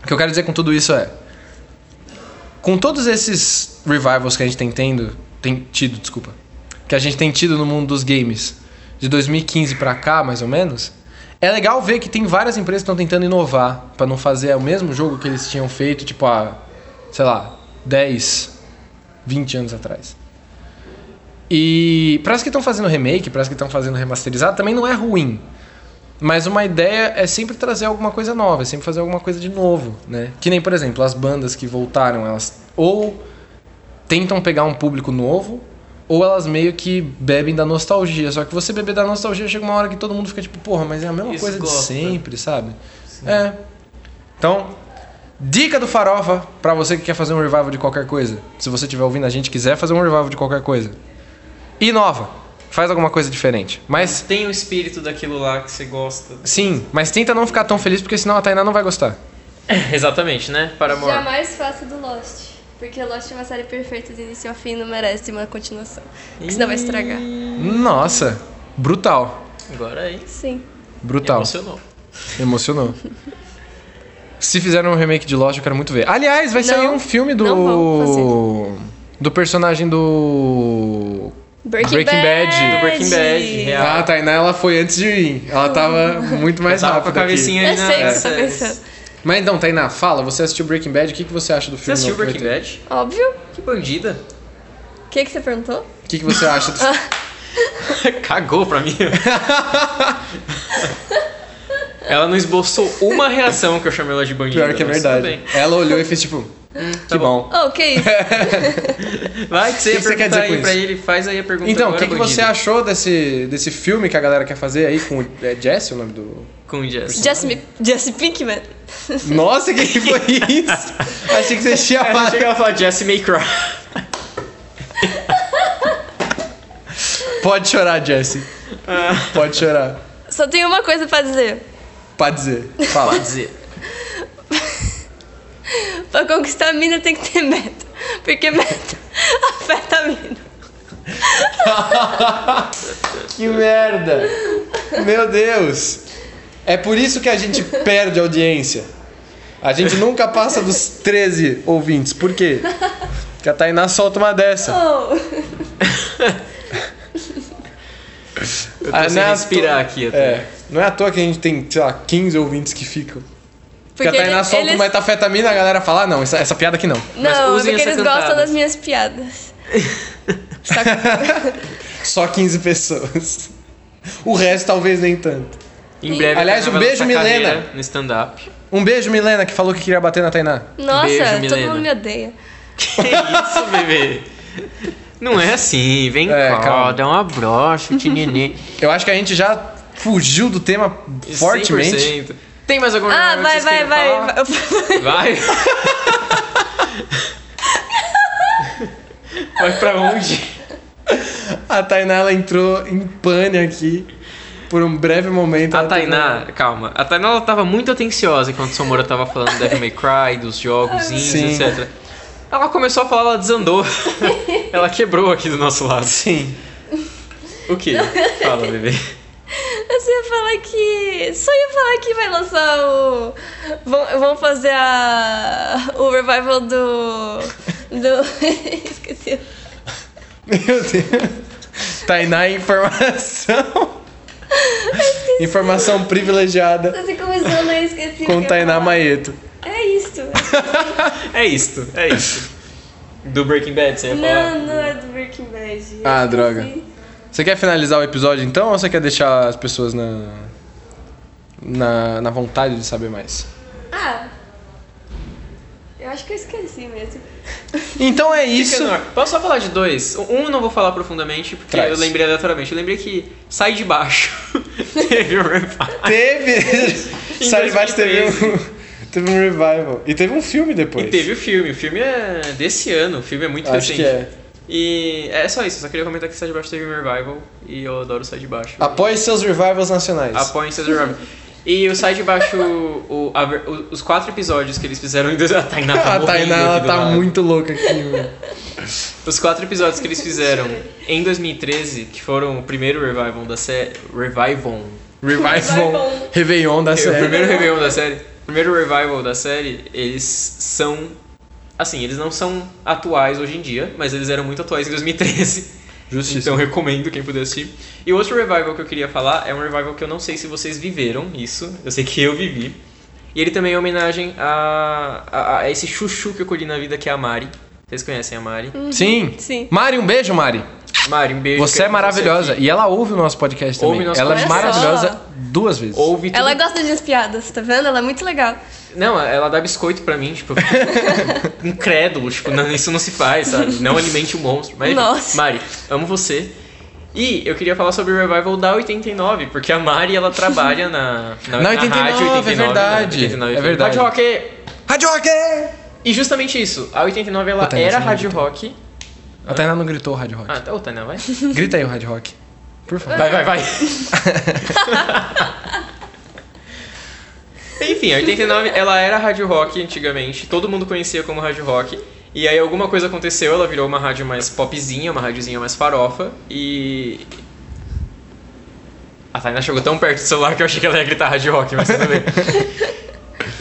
[SPEAKER 3] o que eu quero dizer com tudo isso é com todos esses revivals que a gente tem tendo, tem tido, desculpa, que a gente tem tido no mundo dos games, de 2015 pra cá, mais ou menos, é legal ver que tem várias empresas que estão tentando inovar pra não fazer o mesmo jogo que eles tinham feito, tipo há, sei lá, 10, 20 anos atrás. E para as que estão fazendo remake, para as que estão fazendo remasterizado, também não é ruim. Mas uma ideia é sempre trazer alguma coisa nova, é sempre fazer alguma coisa de novo, né? Que nem, por exemplo, as bandas que voltaram, elas ou tentam pegar um público novo, ou elas meio que bebem da nostalgia. Só que você beber da nostalgia chega uma hora que todo mundo fica tipo, porra, mas é a mesma
[SPEAKER 1] Isso
[SPEAKER 3] coisa de
[SPEAKER 1] gosta.
[SPEAKER 3] sempre, sabe? É. Então, dica do Farofa pra você que quer fazer um revival de qualquer coisa. Se você estiver ouvindo a gente e quiser fazer um revival de qualquer coisa, inova. Faz alguma coisa diferente. Mas
[SPEAKER 1] Tem o espírito daquilo lá que você gosta.
[SPEAKER 3] Sim, mas tenta não ficar tão feliz porque senão a Tainá não vai gostar.
[SPEAKER 1] Exatamente, né? Para amor.
[SPEAKER 2] Jamais faço do Lost. Porque Lost é uma série perfeita do início ao fim e não merece uma continuação. Porque senão vai estragar.
[SPEAKER 3] Nossa, brutal.
[SPEAKER 1] Agora aí.
[SPEAKER 2] Sim.
[SPEAKER 3] Brutal.
[SPEAKER 1] Emocionou.
[SPEAKER 3] Emocionou. Se fizeram um remake de Lost, eu quero muito ver. Aliás, vai
[SPEAKER 2] Não,
[SPEAKER 3] sair um filme do.
[SPEAKER 2] não vão
[SPEAKER 3] Do personagem do.
[SPEAKER 2] Breaking,
[SPEAKER 3] Breaking
[SPEAKER 2] Bad.
[SPEAKER 3] Bad.
[SPEAKER 1] Do Breaking Bad, real.
[SPEAKER 3] Ah, a Tainá, ela foi antes de mim. Ela tava muito mais
[SPEAKER 1] Eu tava com
[SPEAKER 3] rápida.
[SPEAKER 1] a cabecinha
[SPEAKER 2] Eu
[SPEAKER 1] aí né? É. na.
[SPEAKER 2] sei o que você tá
[SPEAKER 1] séries.
[SPEAKER 2] pensando.
[SPEAKER 3] aqui. Mas então, Tainá, fala, você assistiu Breaking Bad, o que, que você acha do
[SPEAKER 1] Você
[SPEAKER 3] filme?
[SPEAKER 1] assistiu
[SPEAKER 3] novo
[SPEAKER 1] Breaking
[SPEAKER 3] que vai
[SPEAKER 1] Bad?
[SPEAKER 2] Óbvio.
[SPEAKER 1] Que bandida.
[SPEAKER 2] O que, que você perguntou?
[SPEAKER 3] ter? O que, que você acha do
[SPEAKER 1] Cagou pra mim. ela não esboçou uma reação que eu chamei ela de bandida.
[SPEAKER 3] Pior que é
[SPEAKER 1] mas
[SPEAKER 3] verdade.
[SPEAKER 1] tudo
[SPEAKER 3] Ela olhou e fez tipo,
[SPEAKER 1] tá
[SPEAKER 3] que bom.
[SPEAKER 2] Oh, que isso?
[SPEAKER 1] bem. Vai que você
[SPEAKER 3] O
[SPEAKER 1] ia
[SPEAKER 3] que você quer
[SPEAKER 1] perguntar
[SPEAKER 3] dizer com
[SPEAKER 1] aí pra
[SPEAKER 3] isso?
[SPEAKER 1] ele, faz aí a pergunta
[SPEAKER 3] Então, o
[SPEAKER 1] agora,
[SPEAKER 3] que, que
[SPEAKER 1] bandida.
[SPEAKER 3] você achou desse, desse filme que a galera quer fazer aí com o é Jesse, o nome do.
[SPEAKER 1] Com o Jess.
[SPEAKER 2] Jesse, Jesse Pinkman.
[SPEAKER 3] Nossa, que que foi isso? Achei que você tinha
[SPEAKER 1] Ela
[SPEAKER 3] falado.
[SPEAKER 1] chega e fala Jesse May Cry.
[SPEAKER 3] Pode chorar, Jesse.
[SPEAKER 1] Ah.
[SPEAKER 3] Pode chorar.
[SPEAKER 2] Só tenho uma coisa pra dizer.
[SPEAKER 3] Pra dizer. Fala.
[SPEAKER 1] Pode dizer.
[SPEAKER 2] Pra conquistar a mina tem que ter meta. Porque meta afeta a mina.
[SPEAKER 3] que merda! Meu Deus! É por isso que a gente perde audiência. A gente nunca passa dos 13 ouvintes. Por quê? Porque a Tainá solta uma dessa.
[SPEAKER 2] Oh.
[SPEAKER 1] Eu
[SPEAKER 3] Ah,
[SPEAKER 1] tô
[SPEAKER 3] não
[SPEAKER 1] sem
[SPEAKER 3] é à
[SPEAKER 1] respirar
[SPEAKER 3] toa-
[SPEAKER 1] aqui até.
[SPEAKER 3] É. Não é à toa que a gente tem, sei lá, 15 ouvintes que ficam. Porque,
[SPEAKER 2] Porque
[SPEAKER 3] a Tainá
[SPEAKER 2] ele-
[SPEAKER 3] solta
[SPEAKER 2] eles-
[SPEAKER 3] uma etafetamina, a galera fala, "Ah, não, essa, essa piada aqui não.
[SPEAKER 1] Mas
[SPEAKER 2] Não, é
[SPEAKER 1] usem
[SPEAKER 2] porque
[SPEAKER 1] essa
[SPEAKER 2] eles
[SPEAKER 1] cantada.
[SPEAKER 2] gostam das minhas piadas. Só que-
[SPEAKER 3] Só 15 pessoas. O resto talvez nem tanto.
[SPEAKER 1] Em breve,
[SPEAKER 3] Aliás,
[SPEAKER 1] carnaval
[SPEAKER 3] um beijo,
[SPEAKER 1] nossa carreira
[SPEAKER 3] Milena.
[SPEAKER 1] No stand-up.
[SPEAKER 3] Um beijo, Milena, que falou que queria bater na Tainá.
[SPEAKER 2] Nossa,
[SPEAKER 1] Beijo,
[SPEAKER 2] todo
[SPEAKER 1] Milena.
[SPEAKER 2] mundo me odeia.
[SPEAKER 1] Que isso, bebê? Não é assim, vem
[SPEAKER 3] É,
[SPEAKER 1] cá,
[SPEAKER 3] calma.
[SPEAKER 1] dá uma brocha, tinini.
[SPEAKER 3] Eu acho que a gente já fugiu do tema fortemente.
[SPEAKER 1] 100%. Tem mais alguma
[SPEAKER 2] Ah,
[SPEAKER 1] coisa
[SPEAKER 2] vai,
[SPEAKER 1] que vocês
[SPEAKER 2] vai,
[SPEAKER 1] queiram
[SPEAKER 2] vai.
[SPEAKER 1] falar? Vai. Vai pra onde?
[SPEAKER 3] A Tainá ela entrou em pane aqui por um breve momento.
[SPEAKER 1] A
[SPEAKER 3] Ela
[SPEAKER 1] Tainá, calma. A Tainá ela tava muito atenciosa enquanto o Somora tava falando do Devil May Cry, dos jogos, indies,
[SPEAKER 3] Sim.
[SPEAKER 1] etc. Ela começou a falar, ela desandou. ela quebrou aqui do nosso lado.
[SPEAKER 3] teve- Sim.
[SPEAKER 1] O quê? Fala, bebê.
[SPEAKER 2] Eu só ia falar que. Só ia falar que vai lançar o. Vão, vão fazer a. O revival do. Do. Esqueci.
[SPEAKER 3] um- Meu Deus. Tainá, é informação. informação privilegiada
[SPEAKER 2] Tô se começando aí, esqueci. o
[SPEAKER 3] com
[SPEAKER 2] que eu
[SPEAKER 3] Tainá
[SPEAKER 2] ia falar.
[SPEAKER 3] Maeto.
[SPEAKER 2] É isso.
[SPEAKER 1] É isto, é isso. Do Breaking Bad, você ia falar?
[SPEAKER 2] não, não é do Breaking Bad. Eu
[SPEAKER 3] Ah,
[SPEAKER 2] esqueci.
[SPEAKER 3] droga. Você quer finalizar o episódio então ou você quer deixar as pessoas na. na, na vontade de saber mais?
[SPEAKER 2] Ah. Eu acho que eu esqueci mesmo.
[SPEAKER 3] Então é
[SPEAKER 1] Fica
[SPEAKER 3] isso.
[SPEAKER 1] no ar. Posso só falar de dois? Um eu não vou falar profundamente, porque
[SPEAKER 3] Traz.
[SPEAKER 1] eu lembrei aleatoriamente. Eu lembrei que Sai de Baixo teve um revival.
[SPEAKER 3] Teve.
[SPEAKER 1] Em
[SPEAKER 3] Sai de baixo teve
[SPEAKER 1] 2013.
[SPEAKER 3] um. Teve um revival. E teve um filme
[SPEAKER 1] E
[SPEAKER 3] depois.
[SPEAKER 1] teve o filme. O filme é desse ano. O filme é muito
[SPEAKER 3] Acho
[SPEAKER 1] recente.
[SPEAKER 3] que é.
[SPEAKER 1] E é só isso. Eu só queria comentar que Sai de Baixo teve um revival. E eu adoro Sai de Baixo.
[SPEAKER 3] Após seus revivals nacionais.
[SPEAKER 1] Apoiem seus revivals. E o Sai de Baixo, o- a ver- o- os quatro episódios que eles fizeram em dois... A Tainá tá
[SPEAKER 3] A
[SPEAKER 1] morrendo
[SPEAKER 3] Tainá
[SPEAKER 1] aqui
[SPEAKER 3] ela
[SPEAKER 1] do
[SPEAKER 3] tá
[SPEAKER 1] lado.
[SPEAKER 3] muito louca aqui, mano.
[SPEAKER 1] Os quatro episódios que eles fizeram em 2013, que foram o primeiro revival da série... Revival
[SPEAKER 3] Revival.
[SPEAKER 2] Revival.
[SPEAKER 3] Réveillon da
[SPEAKER 1] O
[SPEAKER 3] série.
[SPEAKER 1] primeiro revival da série, o primeiro revival da série, eles são assim, eles não são atuais hoje em dia, mas eles eram muito atuais em 2013. Então
[SPEAKER 3] Justiça.
[SPEAKER 1] recomendo quem puder assistir. E outro revival que eu queria falar é um revival que eu não sei se vocês viveram isso, eu sei que eu vivi. E ele também é homenagem a, a, a esse chuchu que eu colhi na vida que é a Mari. Vocês conhecem a Mari?
[SPEAKER 3] Hum. Sim.
[SPEAKER 2] Sim.
[SPEAKER 3] Mari, um beijo, Mari.
[SPEAKER 1] Mari, um beijo.
[SPEAKER 3] Você
[SPEAKER 1] quero
[SPEAKER 3] é maravilhosa.
[SPEAKER 1] aqui.
[SPEAKER 3] E ela ouve o nosso podcast
[SPEAKER 1] Ouve
[SPEAKER 3] também.
[SPEAKER 1] nosso
[SPEAKER 3] ela é
[SPEAKER 2] podcast. Olha só.
[SPEAKER 3] maravilhosa duas vezes.
[SPEAKER 1] Ouve tudo
[SPEAKER 2] Ela é gosta de piadas, tá vendo? Ela é muito legal.
[SPEAKER 1] Não, ela dá biscoito pra mim, tipo, eu fico incrédulo, tipo, não, isso não se faz, sabe? Não alimente o monstro. Mas, enfim,
[SPEAKER 2] Nossa.
[SPEAKER 1] Mari, amo você. E eu queria falar sobre o revival da 89, porque a Mari, ela trabalha na, na,
[SPEAKER 3] Na 89,
[SPEAKER 1] rádio 89.
[SPEAKER 3] é verdade,
[SPEAKER 1] né?
[SPEAKER 3] é verdade.
[SPEAKER 1] Rádio Rock.
[SPEAKER 3] Rádio Rock!
[SPEAKER 1] E justamente isso, a 89, ela
[SPEAKER 3] Ô, Tainá,
[SPEAKER 1] era
[SPEAKER 3] você não
[SPEAKER 1] Rádio Rock.
[SPEAKER 3] A Tainá não gritou o Rádio Rock.
[SPEAKER 1] Ah, tá, ô, Tainá, vai.
[SPEAKER 3] Grita aí o Rádio Rock. Por favor.
[SPEAKER 1] Vai, vai, vai. Enfim, a 89, ela era rádio rock antigamente, todo mundo conhecia como rádio rock. E aí alguma coisa aconteceu, ela virou uma rádio mais popzinha, uma rádiozinha mais farofa e a Tainá chegou tão perto do celular que eu achei que ela ia gritar rádio rock, mas tudo bem.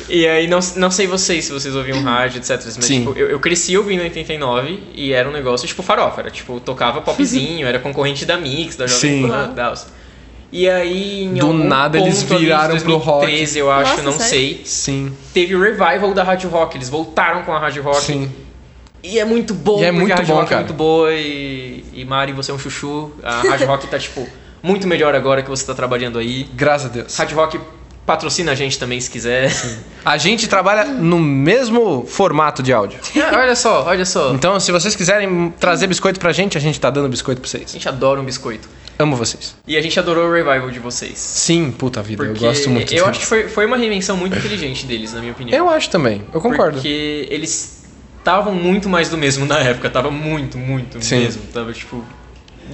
[SPEAKER 1] E aí, não, não sei vocês, se vocês ouviam rádio, etc. Mas,
[SPEAKER 3] Sim.
[SPEAKER 1] tipo, eu, eu cresci ouvindo 89 e era um negócio, tipo, farofa. Era, tipo, tocava popzinho, era concorrente da Mix, da Jovem
[SPEAKER 3] Sim.
[SPEAKER 1] Pan, tal. E aí, em
[SPEAKER 3] Do
[SPEAKER 1] algum
[SPEAKER 3] nada, eles
[SPEAKER 1] ponto ali de
[SPEAKER 3] viraram pro rock.
[SPEAKER 1] 2013, eu acho,
[SPEAKER 2] Nossa,
[SPEAKER 1] não
[SPEAKER 2] sério?
[SPEAKER 1] sei.
[SPEAKER 3] Sim,
[SPEAKER 1] Teve o revival da rádio rock, eles voltaram com a rádio rock.
[SPEAKER 3] sim.
[SPEAKER 1] E é muito bom,
[SPEAKER 3] E é
[SPEAKER 1] porque
[SPEAKER 3] muito
[SPEAKER 1] a Rádio
[SPEAKER 3] bom,
[SPEAKER 1] Rock
[SPEAKER 3] cara.
[SPEAKER 1] é muito boa e, e Mari, você é um chuchu. A Rádio Rock tá, tipo, muito melhor agora que você tá trabalhando aí.
[SPEAKER 3] Graças a Deus.
[SPEAKER 1] Rádio Rock patrocina a gente também, se quiser.
[SPEAKER 3] A gente trabalha no mesmo formato de áudio.
[SPEAKER 1] Ah, olha só, olha só.
[SPEAKER 3] Então, se vocês quiserem trazer biscoito pra gente, a gente tá dando biscoito pra
[SPEAKER 1] A
[SPEAKER 3] vocês.
[SPEAKER 1] gente adora um biscoito.
[SPEAKER 3] Amo vocês.
[SPEAKER 1] E a gente adorou o revival de vocês.
[SPEAKER 3] Sim, puta vida,
[SPEAKER 1] Porque
[SPEAKER 3] eu gosto muito
[SPEAKER 1] Eu
[SPEAKER 3] deles.
[SPEAKER 1] acho que foi, foi uma remissão muito inteligente deles, na minha opinião.
[SPEAKER 3] Eu acho também, eu concordo.
[SPEAKER 1] Porque eles estavam muito mais do mesmo na época, tava muito, muito
[SPEAKER 3] Sim.
[SPEAKER 1] mesmo. Tava tipo.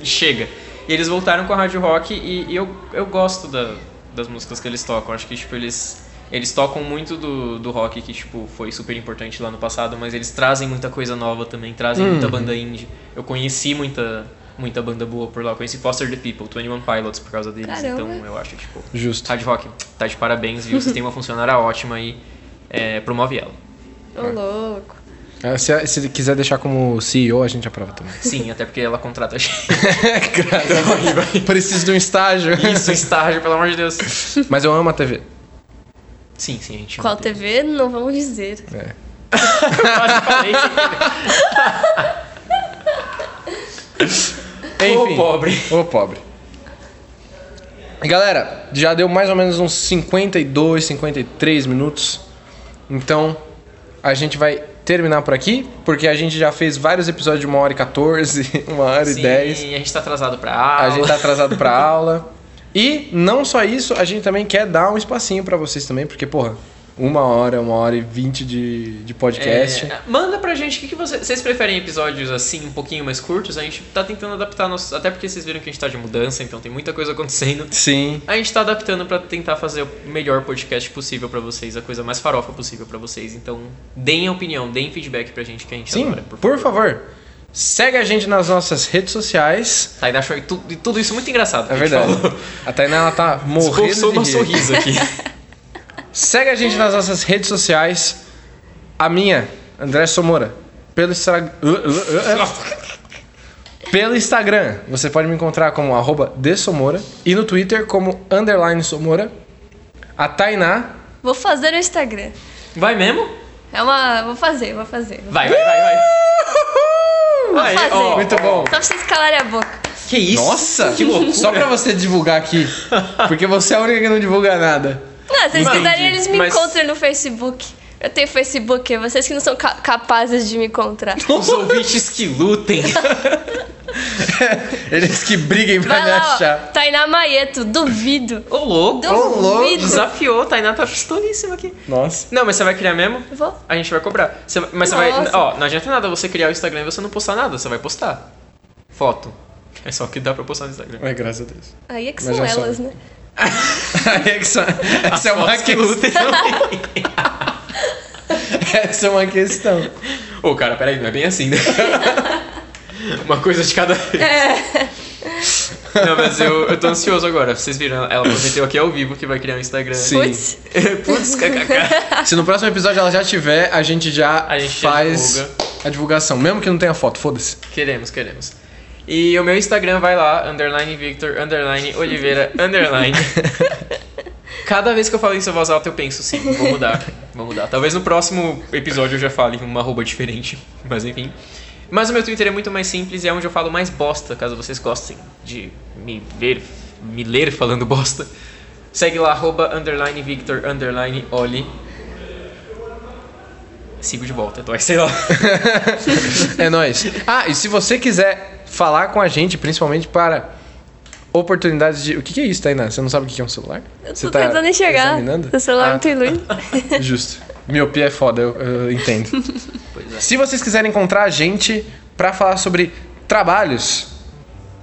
[SPEAKER 1] Chega. E eles voltaram com a Rádio Rock e, e eu, eu gosto da- das músicas que eles tocam. Acho que, tipo, eles. Eles tocam muito do, do rock que, tipo, foi super importante
[SPEAKER 3] Uhum.
[SPEAKER 1] lá no passado, mas eles trazem muita coisa nova também, trazem muita banda indie. Eu conheci muita, muita banda boa por lá. Eu conheci Foster the People, 21 Pilots por causa deles.
[SPEAKER 2] Caramba.
[SPEAKER 1] Então eu acho, tipo,
[SPEAKER 3] Justo.
[SPEAKER 1] Hard Rock, tá de parabéns, viu? Vocês têm uma funcionária ótima e é, promove ela.
[SPEAKER 2] Ô, louco.
[SPEAKER 3] Ah, Se, se ele quiser deixar como CEO, a gente aprova também.
[SPEAKER 1] Sim, até porque ela contrata a gente.
[SPEAKER 3] Preciso de um estágio.
[SPEAKER 1] Isso, estágio, pelo amor de Deus.
[SPEAKER 3] Mas eu amo a TV.
[SPEAKER 1] Sim, sim, a gente.
[SPEAKER 2] Qual TV? Não vamos dizer.
[SPEAKER 3] É.
[SPEAKER 1] Quase falei.
[SPEAKER 3] Enfim.
[SPEAKER 1] Ô, pobre.
[SPEAKER 3] Ô, pobre. Galera, já deu mais ou menos uns 52, 53 minutos. Então, a gente vai terminar por aqui, porque a gente já fez vários episódios de 1 hora e 14, 1 hora e
[SPEAKER 1] Sim,
[SPEAKER 3] 10.
[SPEAKER 1] a gente tá atrasado pra aula.
[SPEAKER 3] A gente tá atrasado pra aula. E não só isso, a gente também quer dar um espacinho pra vocês também, porque, porra, uma hora, uma hora e vinte de, de podcast.
[SPEAKER 1] É, manda pra gente o que, que você- vocês preferem episódios assim, um pouquinho mais curtos. A gente tá tentando adaptar nosso. Até porque vocês viram que a gente tá de mudança, então tem muita coisa acontecendo.
[SPEAKER 3] Sim.
[SPEAKER 1] A gente tá adaptando pra tentar fazer o melhor podcast possível pra vocês, a coisa mais farofa possível pra vocês. Então, deem a opinião, deem feedback pra gente que a gente
[SPEAKER 3] Sim,
[SPEAKER 1] adora,
[SPEAKER 3] Então, é, por, favor. Segue a gente nas nossas redes sociais.
[SPEAKER 1] Tainá achou tu- tudo, isso muito engraçado. que
[SPEAKER 3] É
[SPEAKER 1] a gente
[SPEAKER 3] verdade.
[SPEAKER 1] falou.
[SPEAKER 3] A Tainá, ela tá morrendo
[SPEAKER 1] Esboçou
[SPEAKER 3] de
[SPEAKER 1] uma
[SPEAKER 3] rir.
[SPEAKER 1] sorriso aqui.
[SPEAKER 3] Segue a gente nas nossas redes sociais. A minha, André Somora. Pelo Instagram. Pelo Instagram, você pode me encontrar como arroba de Somora e no Twitter como underline Somora. A Tainá.
[SPEAKER 2] Vou fazer o Instagram.
[SPEAKER 1] Vai mesmo?
[SPEAKER 2] É uma. Vou fazer, vou fazer. Vou
[SPEAKER 1] Vai, vai, vai, vai. Aí,
[SPEAKER 2] fazer.
[SPEAKER 1] ó,
[SPEAKER 3] Muito bom.
[SPEAKER 2] Só pra vocês calarem a boca.
[SPEAKER 1] Que isso?
[SPEAKER 3] Nossa,
[SPEAKER 1] que loucura.
[SPEAKER 3] Só pra você divulgar aqui, porque você é a única que não divulga nada.
[SPEAKER 2] Não, se eles
[SPEAKER 1] Entendi,
[SPEAKER 2] quiserem, eles me
[SPEAKER 1] mas-
[SPEAKER 2] encontram no Facebook. Eu tenho Facebook, é vocês que não são ca- capazes de me encontrar.
[SPEAKER 1] Os ouvintes que lutem.
[SPEAKER 3] Eles que briguem pra
[SPEAKER 2] Vai
[SPEAKER 3] me
[SPEAKER 2] lá,
[SPEAKER 3] achar.
[SPEAKER 2] ó, Tainá Maieto, duvido.
[SPEAKER 1] Ô, louco.
[SPEAKER 3] Ô, louco.
[SPEAKER 2] Duvido.
[SPEAKER 1] Desafiou, Tainá tá pistolíssima aqui.
[SPEAKER 3] Nossa.
[SPEAKER 1] Não, mas você vai criar mesmo?
[SPEAKER 2] Vou.
[SPEAKER 1] A gente vai cobrar. Você- mas você vai.
[SPEAKER 2] Nossa.
[SPEAKER 1] Ó, não adianta nada você criar o Instagram e você não postar nada, você vai postar. Foto. É só o que dá pra postar no Instagram.
[SPEAKER 3] Ai, graças a Deus.
[SPEAKER 2] Aí é que
[SPEAKER 3] Mas
[SPEAKER 2] são
[SPEAKER 3] já
[SPEAKER 2] elas,
[SPEAKER 3] soube.
[SPEAKER 2] né?
[SPEAKER 3] essa,
[SPEAKER 1] As
[SPEAKER 3] essa, é uma
[SPEAKER 1] fotos que
[SPEAKER 3] questão,
[SPEAKER 1] lutem também.
[SPEAKER 3] essa é uma questão.
[SPEAKER 1] Ô, cara, peraí, não é bem assim, né? Uma coisa de cada vez. Não, mas eu, eu tô ansioso agora. Vocês viram, ela prometeu aqui ao vivo que vai criar um Instagram.
[SPEAKER 3] Sim.
[SPEAKER 2] Putz,
[SPEAKER 1] Putz, kkk.
[SPEAKER 3] Se no próximo episódio ela já tiver, a gente já
[SPEAKER 1] A gente já
[SPEAKER 3] faz
[SPEAKER 1] divulga.
[SPEAKER 3] a divulgação. Mesmo que não tenha foto, foda-se.
[SPEAKER 1] Queremos, queremos. E o meu Instagram vai lá, underline Victor, underline Oliveira, underline. Cada vez que eu falo isso em voz alta, eu penso, sim, vou mudar, vou mudar. Talvez no próximo episódio eu já fale uma arroba diferente, mas enfim. Mas o meu Twitter é muito mais simples e é onde eu falo mais bosta, caso vocês gostem de me ver, me ler falando bosta. Segue lá, arroba, underline Victor, underline Oli. Sigo de volta, então, sei lá.
[SPEAKER 3] É nóis. Ah, e se você quiser falar com a gente, principalmente para oportunidades de. O que, que é isso, Tainá? Você não sabe o que que é um celular?
[SPEAKER 2] eu
[SPEAKER 3] Você
[SPEAKER 2] tô
[SPEAKER 3] tá
[SPEAKER 2] tentando enxergar.
[SPEAKER 3] examinando?
[SPEAKER 2] O celular
[SPEAKER 3] Ah,
[SPEAKER 2] não tem luz.
[SPEAKER 3] Justo. Miopia é foda, eu, eu entendo.
[SPEAKER 1] Pois é.
[SPEAKER 3] Se vocês quiserem encontrar a gente pra falar sobre trabalhos,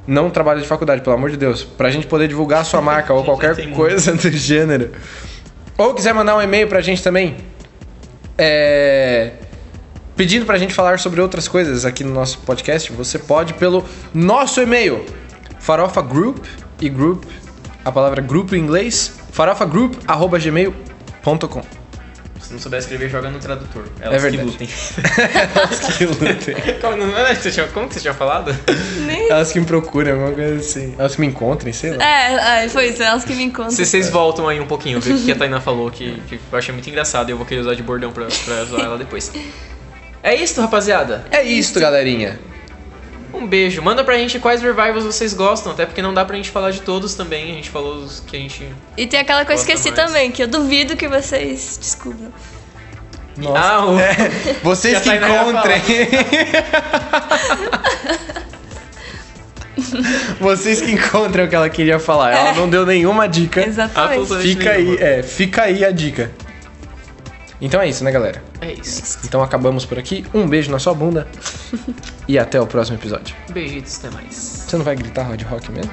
[SPEAKER 3] não trabalho de faculdade, pelo amor de Deus, pra gente poder divulgar a sua marca ou qualquer
[SPEAKER 1] tem muito.
[SPEAKER 3] coisa do gênero, ou quiser mandar um e-mail pra gente também, é, pedindo pra gente falar sobre outras coisas aqui no nosso podcast, você pode pelo nosso e-mail, farofa group e group, a palavra grupo em inglês, farofagroup.gmail.com.
[SPEAKER 1] Se não souber escrever, joga no tradutor.
[SPEAKER 3] É
[SPEAKER 1] Elas que
[SPEAKER 3] verdade.
[SPEAKER 1] lutem.
[SPEAKER 3] Que lutem.
[SPEAKER 1] como, não é? Você tinha- como que você tinha falado?
[SPEAKER 2] Nem-
[SPEAKER 3] Elas que me procuram, alguma coisa assim. Elas que me encontrem, sei lá.
[SPEAKER 2] É, é, foi isso, elas que me encontram.
[SPEAKER 1] Se vocês voltam aí um pouquinho, ver o que a Tainá falou, que, que eu achei muito engraçado e eu vou querer usar de bordão pra, pra zoar ela depois. É isso, rapaziada.
[SPEAKER 3] É isto, galerinha.
[SPEAKER 1] Um beijo. Manda pra gente quais revivals vocês gostam, até porque não dá pra gente falar de todos também. A gente falou os que a gente.
[SPEAKER 2] E tem aquela que eu
[SPEAKER 1] Gosta
[SPEAKER 2] esqueci
[SPEAKER 1] mais.
[SPEAKER 2] também, que eu duvido que vocês descubram.
[SPEAKER 3] Nossa.
[SPEAKER 1] Ah, o...
[SPEAKER 3] Vocês
[SPEAKER 1] Já
[SPEAKER 3] que
[SPEAKER 1] tá indo aí pra
[SPEAKER 3] encontrem. Vocês que encontram o que ela queria falar. Ela não deu nenhuma dica. Ah,
[SPEAKER 2] Exatamente.
[SPEAKER 1] Absolutamente
[SPEAKER 3] Fica aí,
[SPEAKER 1] nenhuma.
[SPEAKER 3] é, fica aí a dica. Então é isso, né, galera?
[SPEAKER 1] É isso.
[SPEAKER 3] Então acabamos por aqui. Um beijo na sua bunda e até o próximo episódio.
[SPEAKER 1] Beijitos, até mais.
[SPEAKER 3] Você não vai gritar hard rock mesmo?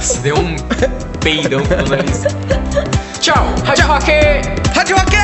[SPEAKER 1] Você deu um peidão no nariz.
[SPEAKER 3] Tchau! Hard rock! Uh! Hard rock!